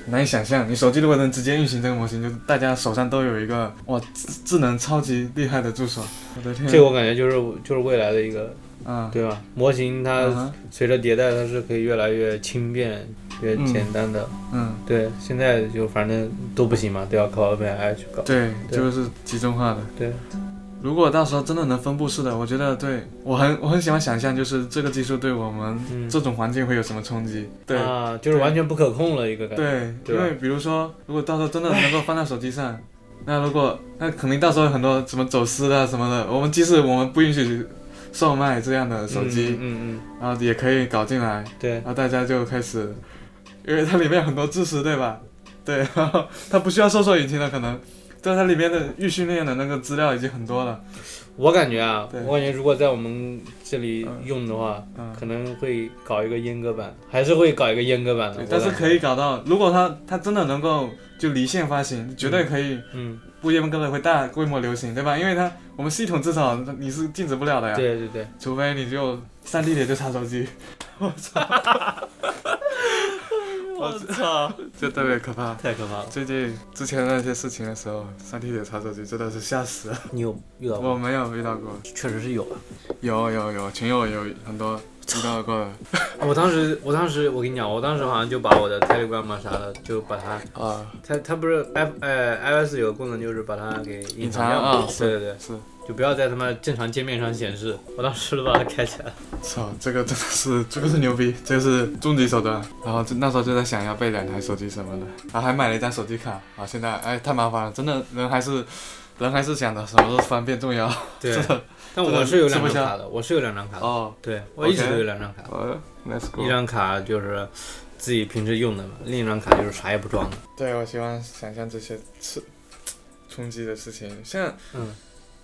Speaker 2: 难以想象，你手机如果能直接运行这个模型，就大家手上都有一个哇智智能超级厉害的助手，我的天！
Speaker 3: 这个我感觉就是就是未来的一个，
Speaker 2: 啊，
Speaker 3: 对吧？模型
Speaker 2: 嗯
Speaker 3: 它
Speaker 2: 哼
Speaker 3: 随着迭代，它是可以越来越轻便、越
Speaker 2: 嗯
Speaker 3: 简单的。
Speaker 2: 嗯，
Speaker 3: 对，现在就反正都不行嘛，都要靠 OpenAI 去搞。
Speaker 2: 对，
Speaker 3: 对
Speaker 2: 就是集中化的。
Speaker 3: 对，
Speaker 2: 如果到时候真的能分布式的，我觉得对我很我很喜欢想象，就是这个技术对我
Speaker 3: 嗯
Speaker 2: 们这种环境会有什么冲击。对、
Speaker 3: 啊，就是
Speaker 2: 对
Speaker 3: 完全不可控了一个感觉。
Speaker 2: 对，
Speaker 3: 对
Speaker 2: 因
Speaker 3: 吧
Speaker 2: 为比如说，如果到时候真的能够放到手机上， [laughs] 那如果那肯定到时候有很多什么走私的什么的，我们即使我们不允许售卖这样的手机，
Speaker 3: 嗯嗯
Speaker 2: 然后也可以搞进来，
Speaker 3: 嗯，对
Speaker 2: 然，后大家就开始，因为它里面有很多知识，对吧？对， [laughs] 然后它不需要搜索引擎了，可能，但它里面的预训练的那个资料已经很多了，
Speaker 3: 我感觉啊
Speaker 2: 对，
Speaker 3: 我感觉如果在我们这里
Speaker 2: 嗯
Speaker 3: 用的话，
Speaker 2: 嗯，
Speaker 3: 可能会搞一个阉割版，还是会搞一个阉割版的
Speaker 2: 对，。但是
Speaker 3: 我感觉
Speaker 2: 可以，搞到，如果它它真的能够就离线发行，绝对可以
Speaker 3: 嗯，
Speaker 2: 不严格的会大规模流行，对吧？因为它我们系统至少你是禁止不了的呀，
Speaker 3: 对对对，
Speaker 2: 除非你就上地铁就查手机， [laughs]
Speaker 3: [laughs] 我
Speaker 2: [laughs]
Speaker 3: 操，
Speaker 2: 这特别可怕。
Speaker 3: 太可怕了！
Speaker 2: 最近之前那些事情的时候，上地铁查手机真的是吓死了，
Speaker 3: 你有遇到
Speaker 2: 我
Speaker 3: 过？
Speaker 2: 没有遇到过。
Speaker 3: 确实是有啊。
Speaker 2: 有有有，群友有很多遇到过的
Speaker 3: 我当时，我当时，我跟你讲，我当时好像就把我的 Telegram 啊啥的，就把它，
Speaker 2: 啊，
Speaker 3: 它它不是 i 呃 iOS 有个功能，就是把它给隐藏
Speaker 2: 藏
Speaker 3: 掉嘛
Speaker 2: 啊。
Speaker 3: 对对对，
Speaker 2: 是，
Speaker 3: 就不要在他妈正常界面上显示。我当时都把它开起来了。
Speaker 2: 操，这个真的是，这个是牛逼，这是终极手段。然后就那时候就在想要备两台手机什么的，然后还买了一张手机卡。啊，现在哎太麻烦了，真的人还是人还是想着什么都方便重要。 [laughs]
Speaker 3: 对
Speaker 2: 真，的
Speaker 3: 但我是有两
Speaker 2: 这
Speaker 3: 张
Speaker 2: 个
Speaker 3: 卡的，我是有两张卡的。
Speaker 2: 哦，
Speaker 3: 对，我一直
Speaker 2: OK
Speaker 3: 都有两张卡，
Speaker 2: 呃，Let's
Speaker 3: 一
Speaker 2: go。
Speaker 3: 张卡就是自己平时用的嘛，另一张卡就是啥也不装的。
Speaker 2: 对，我喜欢想象这些刺冲击的事情，像
Speaker 3: 嗯，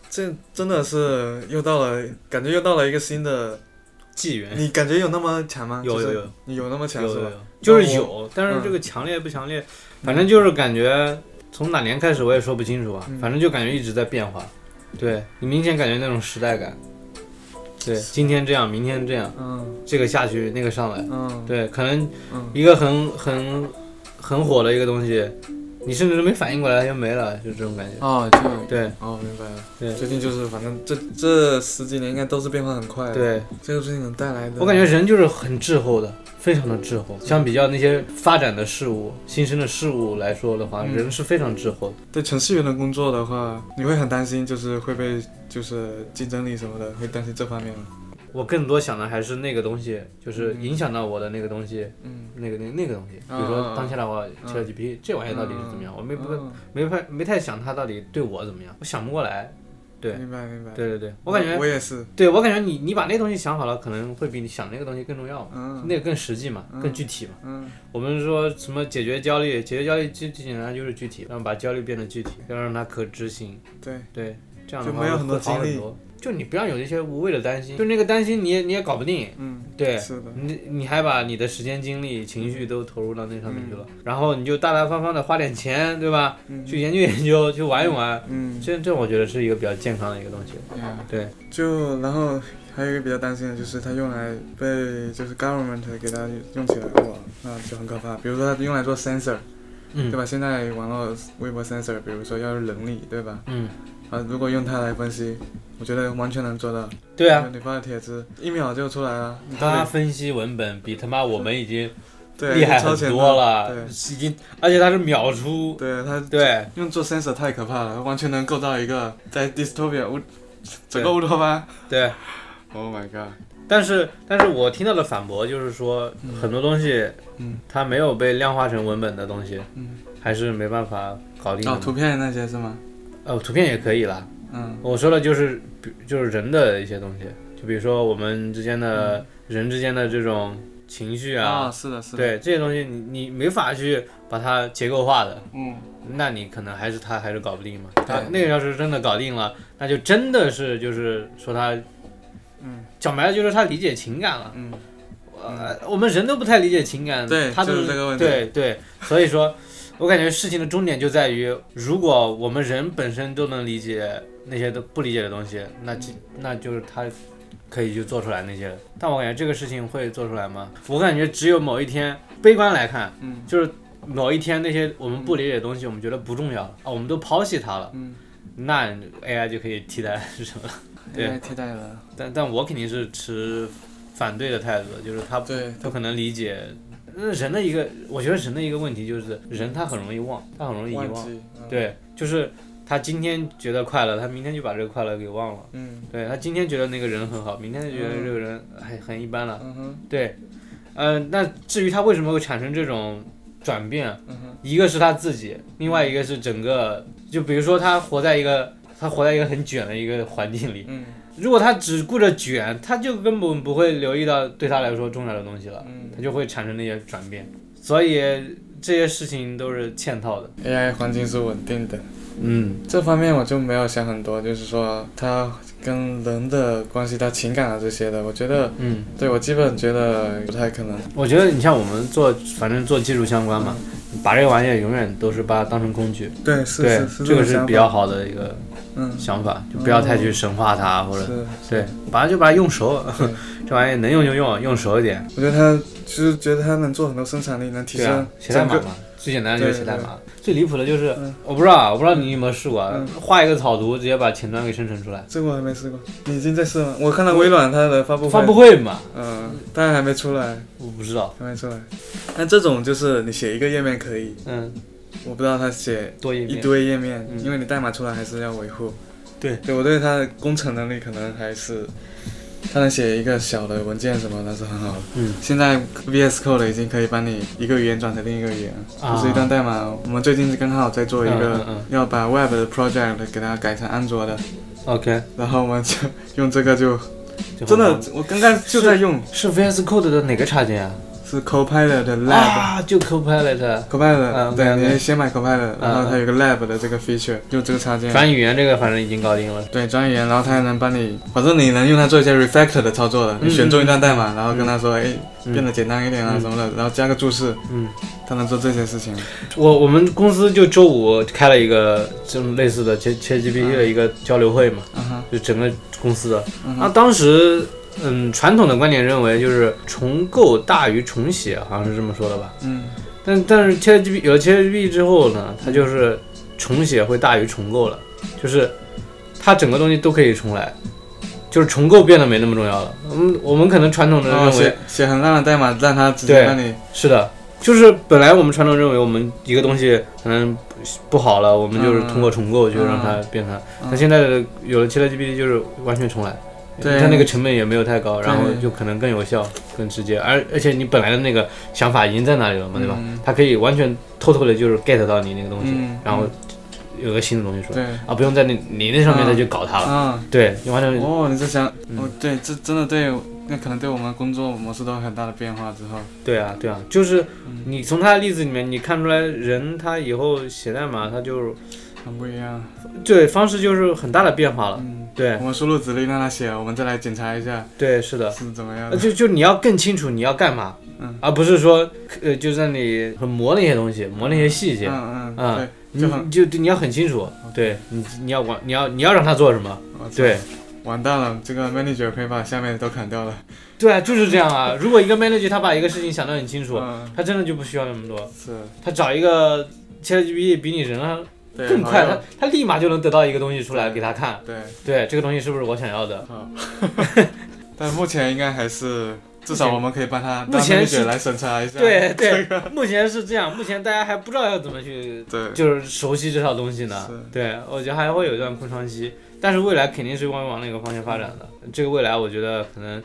Speaker 2: 这真的是又到了，感觉又到了一个新的，
Speaker 3: 纪元
Speaker 2: 你感觉有那么强吗？
Speaker 3: 哎有
Speaker 2: 就是
Speaker 3: 有有，
Speaker 2: 你有那么强
Speaker 3: 有
Speaker 2: 是
Speaker 3: 有
Speaker 2: 吧？
Speaker 3: 有，嗯就是
Speaker 2: 那
Speaker 3: 有，但是这个强烈不强烈，反正就是感觉从哪年开始我也说不清楚啊，
Speaker 2: 嗯
Speaker 3: 反正就感觉一直在变化。对你明显感觉那种时代感，对，今天这样，明天这样，
Speaker 2: 嗯
Speaker 3: 这个下去，那个上来，
Speaker 2: 嗯，
Speaker 3: 对，可能
Speaker 2: 嗯
Speaker 3: 一个很很很火的一个东西，你甚至都没反应过来它就没了，就这种感觉。
Speaker 2: 哦，就
Speaker 3: 对
Speaker 2: 哦，明白了。
Speaker 3: 对
Speaker 2: 最近就是反正这这十几年应该都是变化很快的。，
Speaker 3: 对，
Speaker 2: 这个最近能带来的，
Speaker 3: 我感觉人就是很滞后的，非常的滞后。相比较那些发展的事物、新生的事物来说的话，
Speaker 2: 嗯
Speaker 3: 人是非常滞后的。
Speaker 2: 对程序员的工作的话，你会很担心，就是会被就是竞争力什么的，会担心这方面
Speaker 3: 嗯
Speaker 2: 吗？
Speaker 3: 我更多想的还是那个东西，就是影响到我的那个东西，
Speaker 2: 嗯，
Speaker 3: 那个那那个东西。比
Speaker 2: 嗯
Speaker 3: 如说
Speaker 2: 嗯
Speaker 3: 当下的话
Speaker 2: 嗯
Speaker 3: ，ChatGPT 这玩意儿到底是怎么样，我没不
Speaker 2: 哦
Speaker 3: 没太没太想它到底对我怎么样，我想不过来。对
Speaker 2: 明白明白。
Speaker 3: 对对对，我感
Speaker 2: 嗯我
Speaker 3: 觉，
Speaker 2: 也是，
Speaker 3: 对我感觉你你把那东西想好了，可能会比你想那个东西更重要嘛，
Speaker 2: 嗯，
Speaker 3: 那个更实际嘛，
Speaker 2: 嗯
Speaker 3: 更具体嘛。
Speaker 2: 嗯
Speaker 3: 我们说什么解决焦虑？解决焦虑最最简单就是具体，让把焦虑变得具体，要让它可执行。
Speaker 2: 对，
Speaker 3: 对，这样的
Speaker 2: 就
Speaker 3: 话
Speaker 2: 没有
Speaker 3: 会
Speaker 2: 很多
Speaker 3: 好
Speaker 2: 精力
Speaker 3: 多。就你不要有那些无谓的担心，就那个担心你也你也搞不定。
Speaker 2: 嗯，
Speaker 3: 对，
Speaker 2: 是的，
Speaker 3: 你你还把你的时间、精力、情绪都投入到那上面去了，然后你就大大方方的花点钱，对吧？
Speaker 2: 嗯
Speaker 3: 去研究研究，去玩一玩。
Speaker 2: 嗯，
Speaker 3: 这这我觉得是一个比较健康的一个东西。
Speaker 2: 呀
Speaker 3: 对，
Speaker 2: 就然后还有一个比较担心的就是它用来被就是 government 给它用起来过，那就很可怕。比如说它用来做 sensor，
Speaker 3: 嗯，
Speaker 2: 对？吧？现在网络微博 sensor，比如说要是能力，对吧？
Speaker 3: 嗯，
Speaker 2: 啊，如果用它来分析，我觉得完全能做到。
Speaker 3: 对啊，
Speaker 2: 就你发的帖子一秒就出来了，你到
Speaker 3: 他
Speaker 2: 底
Speaker 3: 分析文本比他妈我们已经
Speaker 2: 对，
Speaker 3: 厉害
Speaker 2: 超
Speaker 3: 很
Speaker 2: 前的
Speaker 3: 多了，
Speaker 2: 对，
Speaker 3: 已经，而且它是秒出，
Speaker 2: 对他
Speaker 3: 对，
Speaker 2: 因为做 sensor 太可怕了，完全能构造一个在 dystopia 乌整个乌托邦。
Speaker 3: 对，
Speaker 2: Oh my god！
Speaker 3: 但是但是我听到的反驳就是说，很多东西，
Speaker 2: 嗯，
Speaker 3: 它没有被量化成文本的东西，
Speaker 2: 嗯，
Speaker 3: 还是没办法搞定的
Speaker 2: 哦，
Speaker 3: 嘛。
Speaker 2: 图片那些是吗？
Speaker 3: 呃，图片也可以啦。
Speaker 2: 嗯
Speaker 3: 我说的就是比就是人的一些东西，就比如说我们之间
Speaker 2: 嗯
Speaker 3: 的、人之间的这种情绪啊，
Speaker 2: 哦是的，是的，，
Speaker 3: 对这些东西你，你没法去把它结构化的，
Speaker 2: 嗯，
Speaker 3: 那你可能还是他还是搞不定嘛。
Speaker 2: 对
Speaker 3: 他那个要是真的搞定了，那就真的是就是说他，
Speaker 2: 嗯，
Speaker 3: 讲白了就是他理解情感了。
Speaker 2: 嗯，
Speaker 3: 呃，我们人都不太理解情感，
Speaker 2: 对
Speaker 3: 他都
Speaker 2: 就是这个问题
Speaker 3: 对对，所以说，我感觉事情的终点就在于，如果我们人本身都能理解那些都不理解的东西，那就那就是他可以就做出来那些。但我感觉这个事情会做出来吗？我感觉只有某一天，悲观来看，
Speaker 2: 嗯，
Speaker 3: 就是某一天那些我们不理解的东西，我们觉得不重要了啊、我们都抛弃它了，
Speaker 2: 嗯，
Speaker 3: 那 AI 就可以替代 [laughs] 什么了？对
Speaker 2: 被替代了，
Speaker 3: 但但我肯定是持反对的态度的，就是他
Speaker 2: 对，
Speaker 3: 不可能理解。那人的一个，我觉得人的一个问题就是，人他很容易忘，他很容易遗
Speaker 2: 忘
Speaker 3: 忘。
Speaker 2: 记，嗯，
Speaker 3: 对，就是他今天觉得快乐，他明天就把这个快乐给忘了。
Speaker 2: 嗯
Speaker 3: 对他今天觉得那个人很好，明天就觉得
Speaker 2: 嗯
Speaker 3: 这个人很很一般了。
Speaker 2: 嗯哼，
Speaker 3: 对，呃，那至于他为什么会产生这种转变，
Speaker 2: 嗯哼，
Speaker 3: 一个是他自己，另外一个是整个，就比如说他活在一个他活在一个很卷的一个环境里，
Speaker 2: 嗯
Speaker 3: 如果他只顾着卷，他就根本不会留意到对他来说重要的东西了，
Speaker 2: 嗯
Speaker 3: 他就会产生那些转变，所以这些事情都是嵌套的。
Speaker 2: ，AI 环境是稳定的，
Speaker 3: 嗯，
Speaker 2: 这方面我就没有想很多，就是说它跟人的关系、它情感啊这些的，我觉得，
Speaker 3: 嗯，
Speaker 2: 对我基本觉得不太可能。
Speaker 3: 我觉得你像我们做，反正做技术相关嘛，把这个玩意儿永远都是把它当成工具，
Speaker 2: 对，是
Speaker 3: 对，这个嗯哦是比较，好的一个
Speaker 2: 嗯，
Speaker 3: 想法，就不要太去神化它或者。
Speaker 2: 是，
Speaker 3: 对，把它就把它用熟， [laughs] 这玩意儿能用就用，用熟一点。
Speaker 2: 我觉得它就是觉得它能做很多生产力，能提
Speaker 3: 对啊
Speaker 2: 升，
Speaker 3: 写代
Speaker 2: 整
Speaker 3: 码
Speaker 2: 个。
Speaker 3: 嘛，最简单的就是写代码。最离谱的就是
Speaker 2: 嗯，
Speaker 3: 我不知道啊，我不知道你有没有试过啊
Speaker 2: 嗯，
Speaker 3: 画一个草图直接把前端给生成出来，
Speaker 2: 这个我还没试过，你已经在试了吗？我看到微软它的发布会，
Speaker 3: 发布会嘛？
Speaker 2: 嗯，但还没出来，
Speaker 3: 我不知道，
Speaker 2: 还没出来。那这种就是你写一个页面可以，
Speaker 3: 嗯，
Speaker 2: 我不知道它写
Speaker 3: 多页
Speaker 2: 一
Speaker 3: 面，
Speaker 2: 堆页面，
Speaker 3: 嗯
Speaker 2: 因为你代码出来还是要维护。
Speaker 3: 对
Speaker 2: 对我对它的工程能力可能还是，它能写一个小的文件什么，那是很好的。
Speaker 3: 嗯，
Speaker 2: 现在 VS Code 已经可以帮你一个语言转成另一个语言，
Speaker 3: 啊
Speaker 2: 就是一段代码。我们最近刚好在做一个，
Speaker 3: 嗯嗯嗯
Speaker 2: 要把 Web 的 project 给它改成安卓的，
Speaker 3: ，OK，
Speaker 2: 然后我们就用这个就
Speaker 3: 就
Speaker 2: 真
Speaker 3: 很
Speaker 2: 的
Speaker 3: 棒。，
Speaker 2: 我刚刚就在用，
Speaker 3: 是 VS Code 的哪个插件啊？
Speaker 2: 是 Copilot 的 Lab。
Speaker 3: 啊，就 Copilot，
Speaker 2: Copilot，、
Speaker 3: 嗯
Speaker 2: 对，
Speaker 3: ，OK，OK
Speaker 2: 你先买
Speaker 3: 啊
Speaker 2: Copilot，、然后它有个 Lab 的这个 feature，用这个插件，
Speaker 3: 转语言这个反正已经搞定了。
Speaker 2: 对，专员，然后它还能帮你，反正你能用它做一些 refactor 的操作的，你选中一段代码，然后跟他说，哎，
Speaker 3: 嗯
Speaker 2: 变得简单一点啊
Speaker 3: 嗯
Speaker 2: 什么的，然后加个注释，
Speaker 3: 嗯，
Speaker 2: 它能做这些事情。
Speaker 3: 我我们公司就周五开了一个这种类似的 Chat ChatGPT 的一个交流会嘛，
Speaker 2: 嗯哼，
Speaker 3: 就整个公司的。
Speaker 2: 嗯
Speaker 3: 那
Speaker 2: 哼，
Speaker 3: 当时，嗯，传统的观点认为就是重构大于重写，好像是这么说的吧。
Speaker 2: 嗯，
Speaker 3: 但但是 ChatGPT 有了 ChatGPT 之后呢，它就是重写会大于重构了，就是它整个东西都可以重来，就是重构变得没那么重要了。我们我们可能传统的
Speaker 2: 然后
Speaker 3: 认为
Speaker 2: 写写很烂的代码，让它直接
Speaker 3: 对
Speaker 2: 帮你，
Speaker 3: 是的，就是本来我们传统认为我们一个东西可能不好了，我们就是通过重
Speaker 2: 嗯
Speaker 3: 构就让它变成。那、现在的有了 ChatGPT 就是完全重来，
Speaker 2: 对
Speaker 3: 它那个成本也没有太高，然后
Speaker 2: 对
Speaker 3: 就可能更有效、更直接，而而且你本来的那个想法已经在那里了嘛，对吧？它可以完全偷偷的就是 get 到你那个东西，
Speaker 2: 嗯
Speaker 3: 然后有个新的东西出来。
Speaker 2: 对，
Speaker 3: 啊，不用在你你那上面再去搞它了，
Speaker 2: 啊，
Speaker 3: 对，你完全
Speaker 2: 哦，你在想，
Speaker 3: 嗯
Speaker 2: 哦，对，这真的对，那可能对我们工作模式都有很大的变化之后，
Speaker 3: 对啊，对啊，就是
Speaker 2: 嗯
Speaker 3: 你从他的例子里面，你看出来人他以后写代码，他就
Speaker 2: 很不一样。
Speaker 3: 对方式就是很大的变化了。
Speaker 2: 嗯，
Speaker 3: 对
Speaker 2: 我们输入指令让它写，我们再来检查一下
Speaker 3: 对，是的，
Speaker 2: 是怎么样
Speaker 3: 呃
Speaker 2: 的。
Speaker 3: 就就你要更清楚你要干嘛，
Speaker 2: 嗯
Speaker 3: 而不是说呃就在你很磨那些东西，磨那些细节，
Speaker 2: 嗯嗯，
Speaker 3: 啊
Speaker 2: 对，
Speaker 3: 你
Speaker 2: 就很
Speaker 3: 就你要很清楚，对你你要往你要你要让他做什么，
Speaker 2: 我操
Speaker 3: 对
Speaker 2: 完蛋了，这个 manager 可以把下面都砍掉了。
Speaker 3: 对啊，就是这样啊。如果一个 manager 他把一个事情想得很清楚，
Speaker 2: 嗯，
Speaker 3: 他真的就不需要那么多，
Speaker 2: 是，
Speaker 3: 他找一个 ChatGPT 比你人啊
Speaker 2: 对，
Speaker 3: 更
Speaker 2: 好
Speaker 3: 快，
Speaker 2: 用
Speaker 3: 他他立马就能得到一个东西出来给他看，
Speaker 2: 对， [laughs]
Speaker 3: 对这个东西是不是我想要的？
Speaker 2: 好。但目前应该还是至少我们可以帮
Speaker 3: [laughs]
Speaker 2: 他
Speaker 3: 目
Speaker 2: 当
Speaker 3: 前
Speaker 2: 面
Speaker 3: 是
Speaker 2: 卷来审查一下。 [laughs]
Speaker 3: 对
Speaker 2: 这
Speaker 3: 对
Speaker 2: 个，
Speaker 3: 目前是这样，目前大家还不知道要怎么去，
Speaker 2: 对
Speaker 3: 就是熟悉这套东西呢
Speaker 2: 是。
Speaker 3: 对，我觉得还会有一段空窗期，但是未来肯定是往往那个方向发展的。这个未来我觉得可能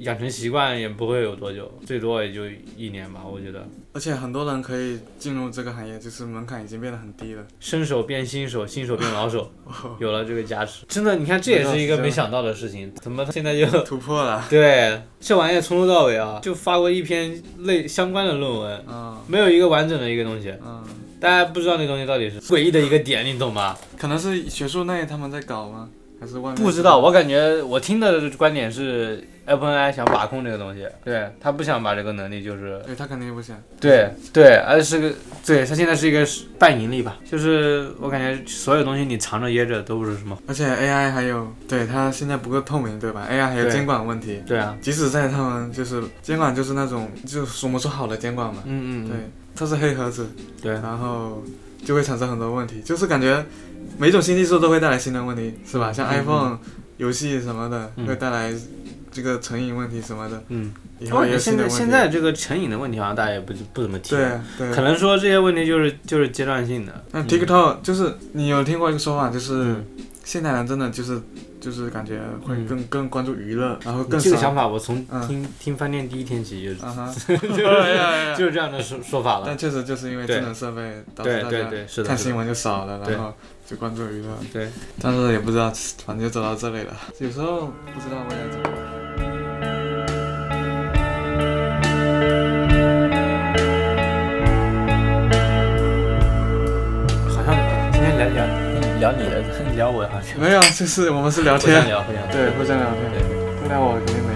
Speaker 3: 养成习惯也不会有多久，最多也就一年吧。我觉得
Speaker 2: 而且很多人可以进入这个行业，就是门槛已经变得很低了。
Speaker 3: 生手变新手，新手变老 [laughs] 手，有了这个加持，真的，你看这也是一个没想到的事情，怎么现在就 [laughs]
Speaker 2: 突破了，
Speaker 3: 对这玩意儿从头到尾啊，就发过一篇类相关的论文，
Speaker 2: 嗯
Speaker 3: 没有一个完整的一个东西。
Speaker 2: 嗯，
Speaker 3: 大家不知道那东西到底是诡异的一个点，你懂吗？
Speaker 2: 可能是学术内他们在搞吗？还是外面？
Speaker 3: [laughs] 不知道，我感觉我听的观点是 OpenAI 想把控这个东西，对他不想把这个能力就是
Speaker 2: 对他肯定不想。
Speaker 3: 对对，而是个对他现在是一个半盈利吧，就是我感觉所有东西你藏着掖着都不是什么，
Speaker 2: 而且 AI 还有，对它现在不够透明，对吧？AI 还有
Speaker 3: 对
Speaker 2: 监管问题，
Speaker 3: 对啊，
Speaker 2: 即使在他们就是监管就是那种就是我们说好的监管嘛，
Speaker 3: 嗯嗯
Speaker 2: 对，它是黑盒子，
Speaker 3: 对
Speaker 2: 然后就会产生很多问题，就是感觉每种新技术都会带来新的问题，是吧？像
Speaker 3: 嗯嗯
Speaker 2: iPhone、游戏什么的，
Speaker 3: 嗯
Speaker 2: 会带来这个成瘾问题什么的，
Speaker 3: 嗯，
Speaker 2: 以后
Speaker 3: 我
Speaker 2: 也
Speaker 3: 感
Speaker 2: 有
Speaker 3: 觉
Speaker 2: 新的
Speaker 3: 现在
Speaker 2: 问题。
Speaker 3: 现在这个成瘾的问题好像大家也不不怎么提，
Speaker 2: 对对，
Speaker 3: 可能说这些问题就是就是阶段性的，
Speaker 2: 那
Speaker 3: 嗯
Speaker 2: TikTok 就是你有听过一个说法，就是
Speaker 3: 嗯
Speaker 2: 现代人真的就是就是感觉会
Speaker 3: 嗯
Speaker 2: 更更关注娱乐，然后更
Speaker 3: 这个
Speaker 2: 少
Speaker 3: 想法我从
Speaker 2: 嗯
Speaker 3: 听听饭店第一天起就是
Speaker 2: 啊
Speaker 3: [laughs]
Speaker 2: 哈，哎呀哎呀
Speaker 3: 就是这样的说说法了
Speaker 2: 但。确实就是因为智能设备导致
Speaker 3: 啊对
Speaker 2: 大
Speaker 3: 对
Speaker 2: 家
Speaker 3: 对，是的，
Speaker 2: 看
Speaker 3: 是
Speaker 2: 新
Speaker 3: 的，
Speaker 2: 闻就少了，
Speaker 3: 对
Speaker 2: 然后就关注娱乐，
Speaker 3: 对。
Speaker 2: 但是也不知道，反正就走到这里了。有时候不知道未来怎么样。
Speaker 3: 好像今天聊聊聊你的，聊我好像
Speaker 2: 没有，就是我们是聊
Speaker 3: 互相
Speaker 2: 天，
Speaker 3: 聊，互相聊
Speaker 2: 对，互相聊天。
Speaker 3: 对
Speaker 2: 对待我肯定没有。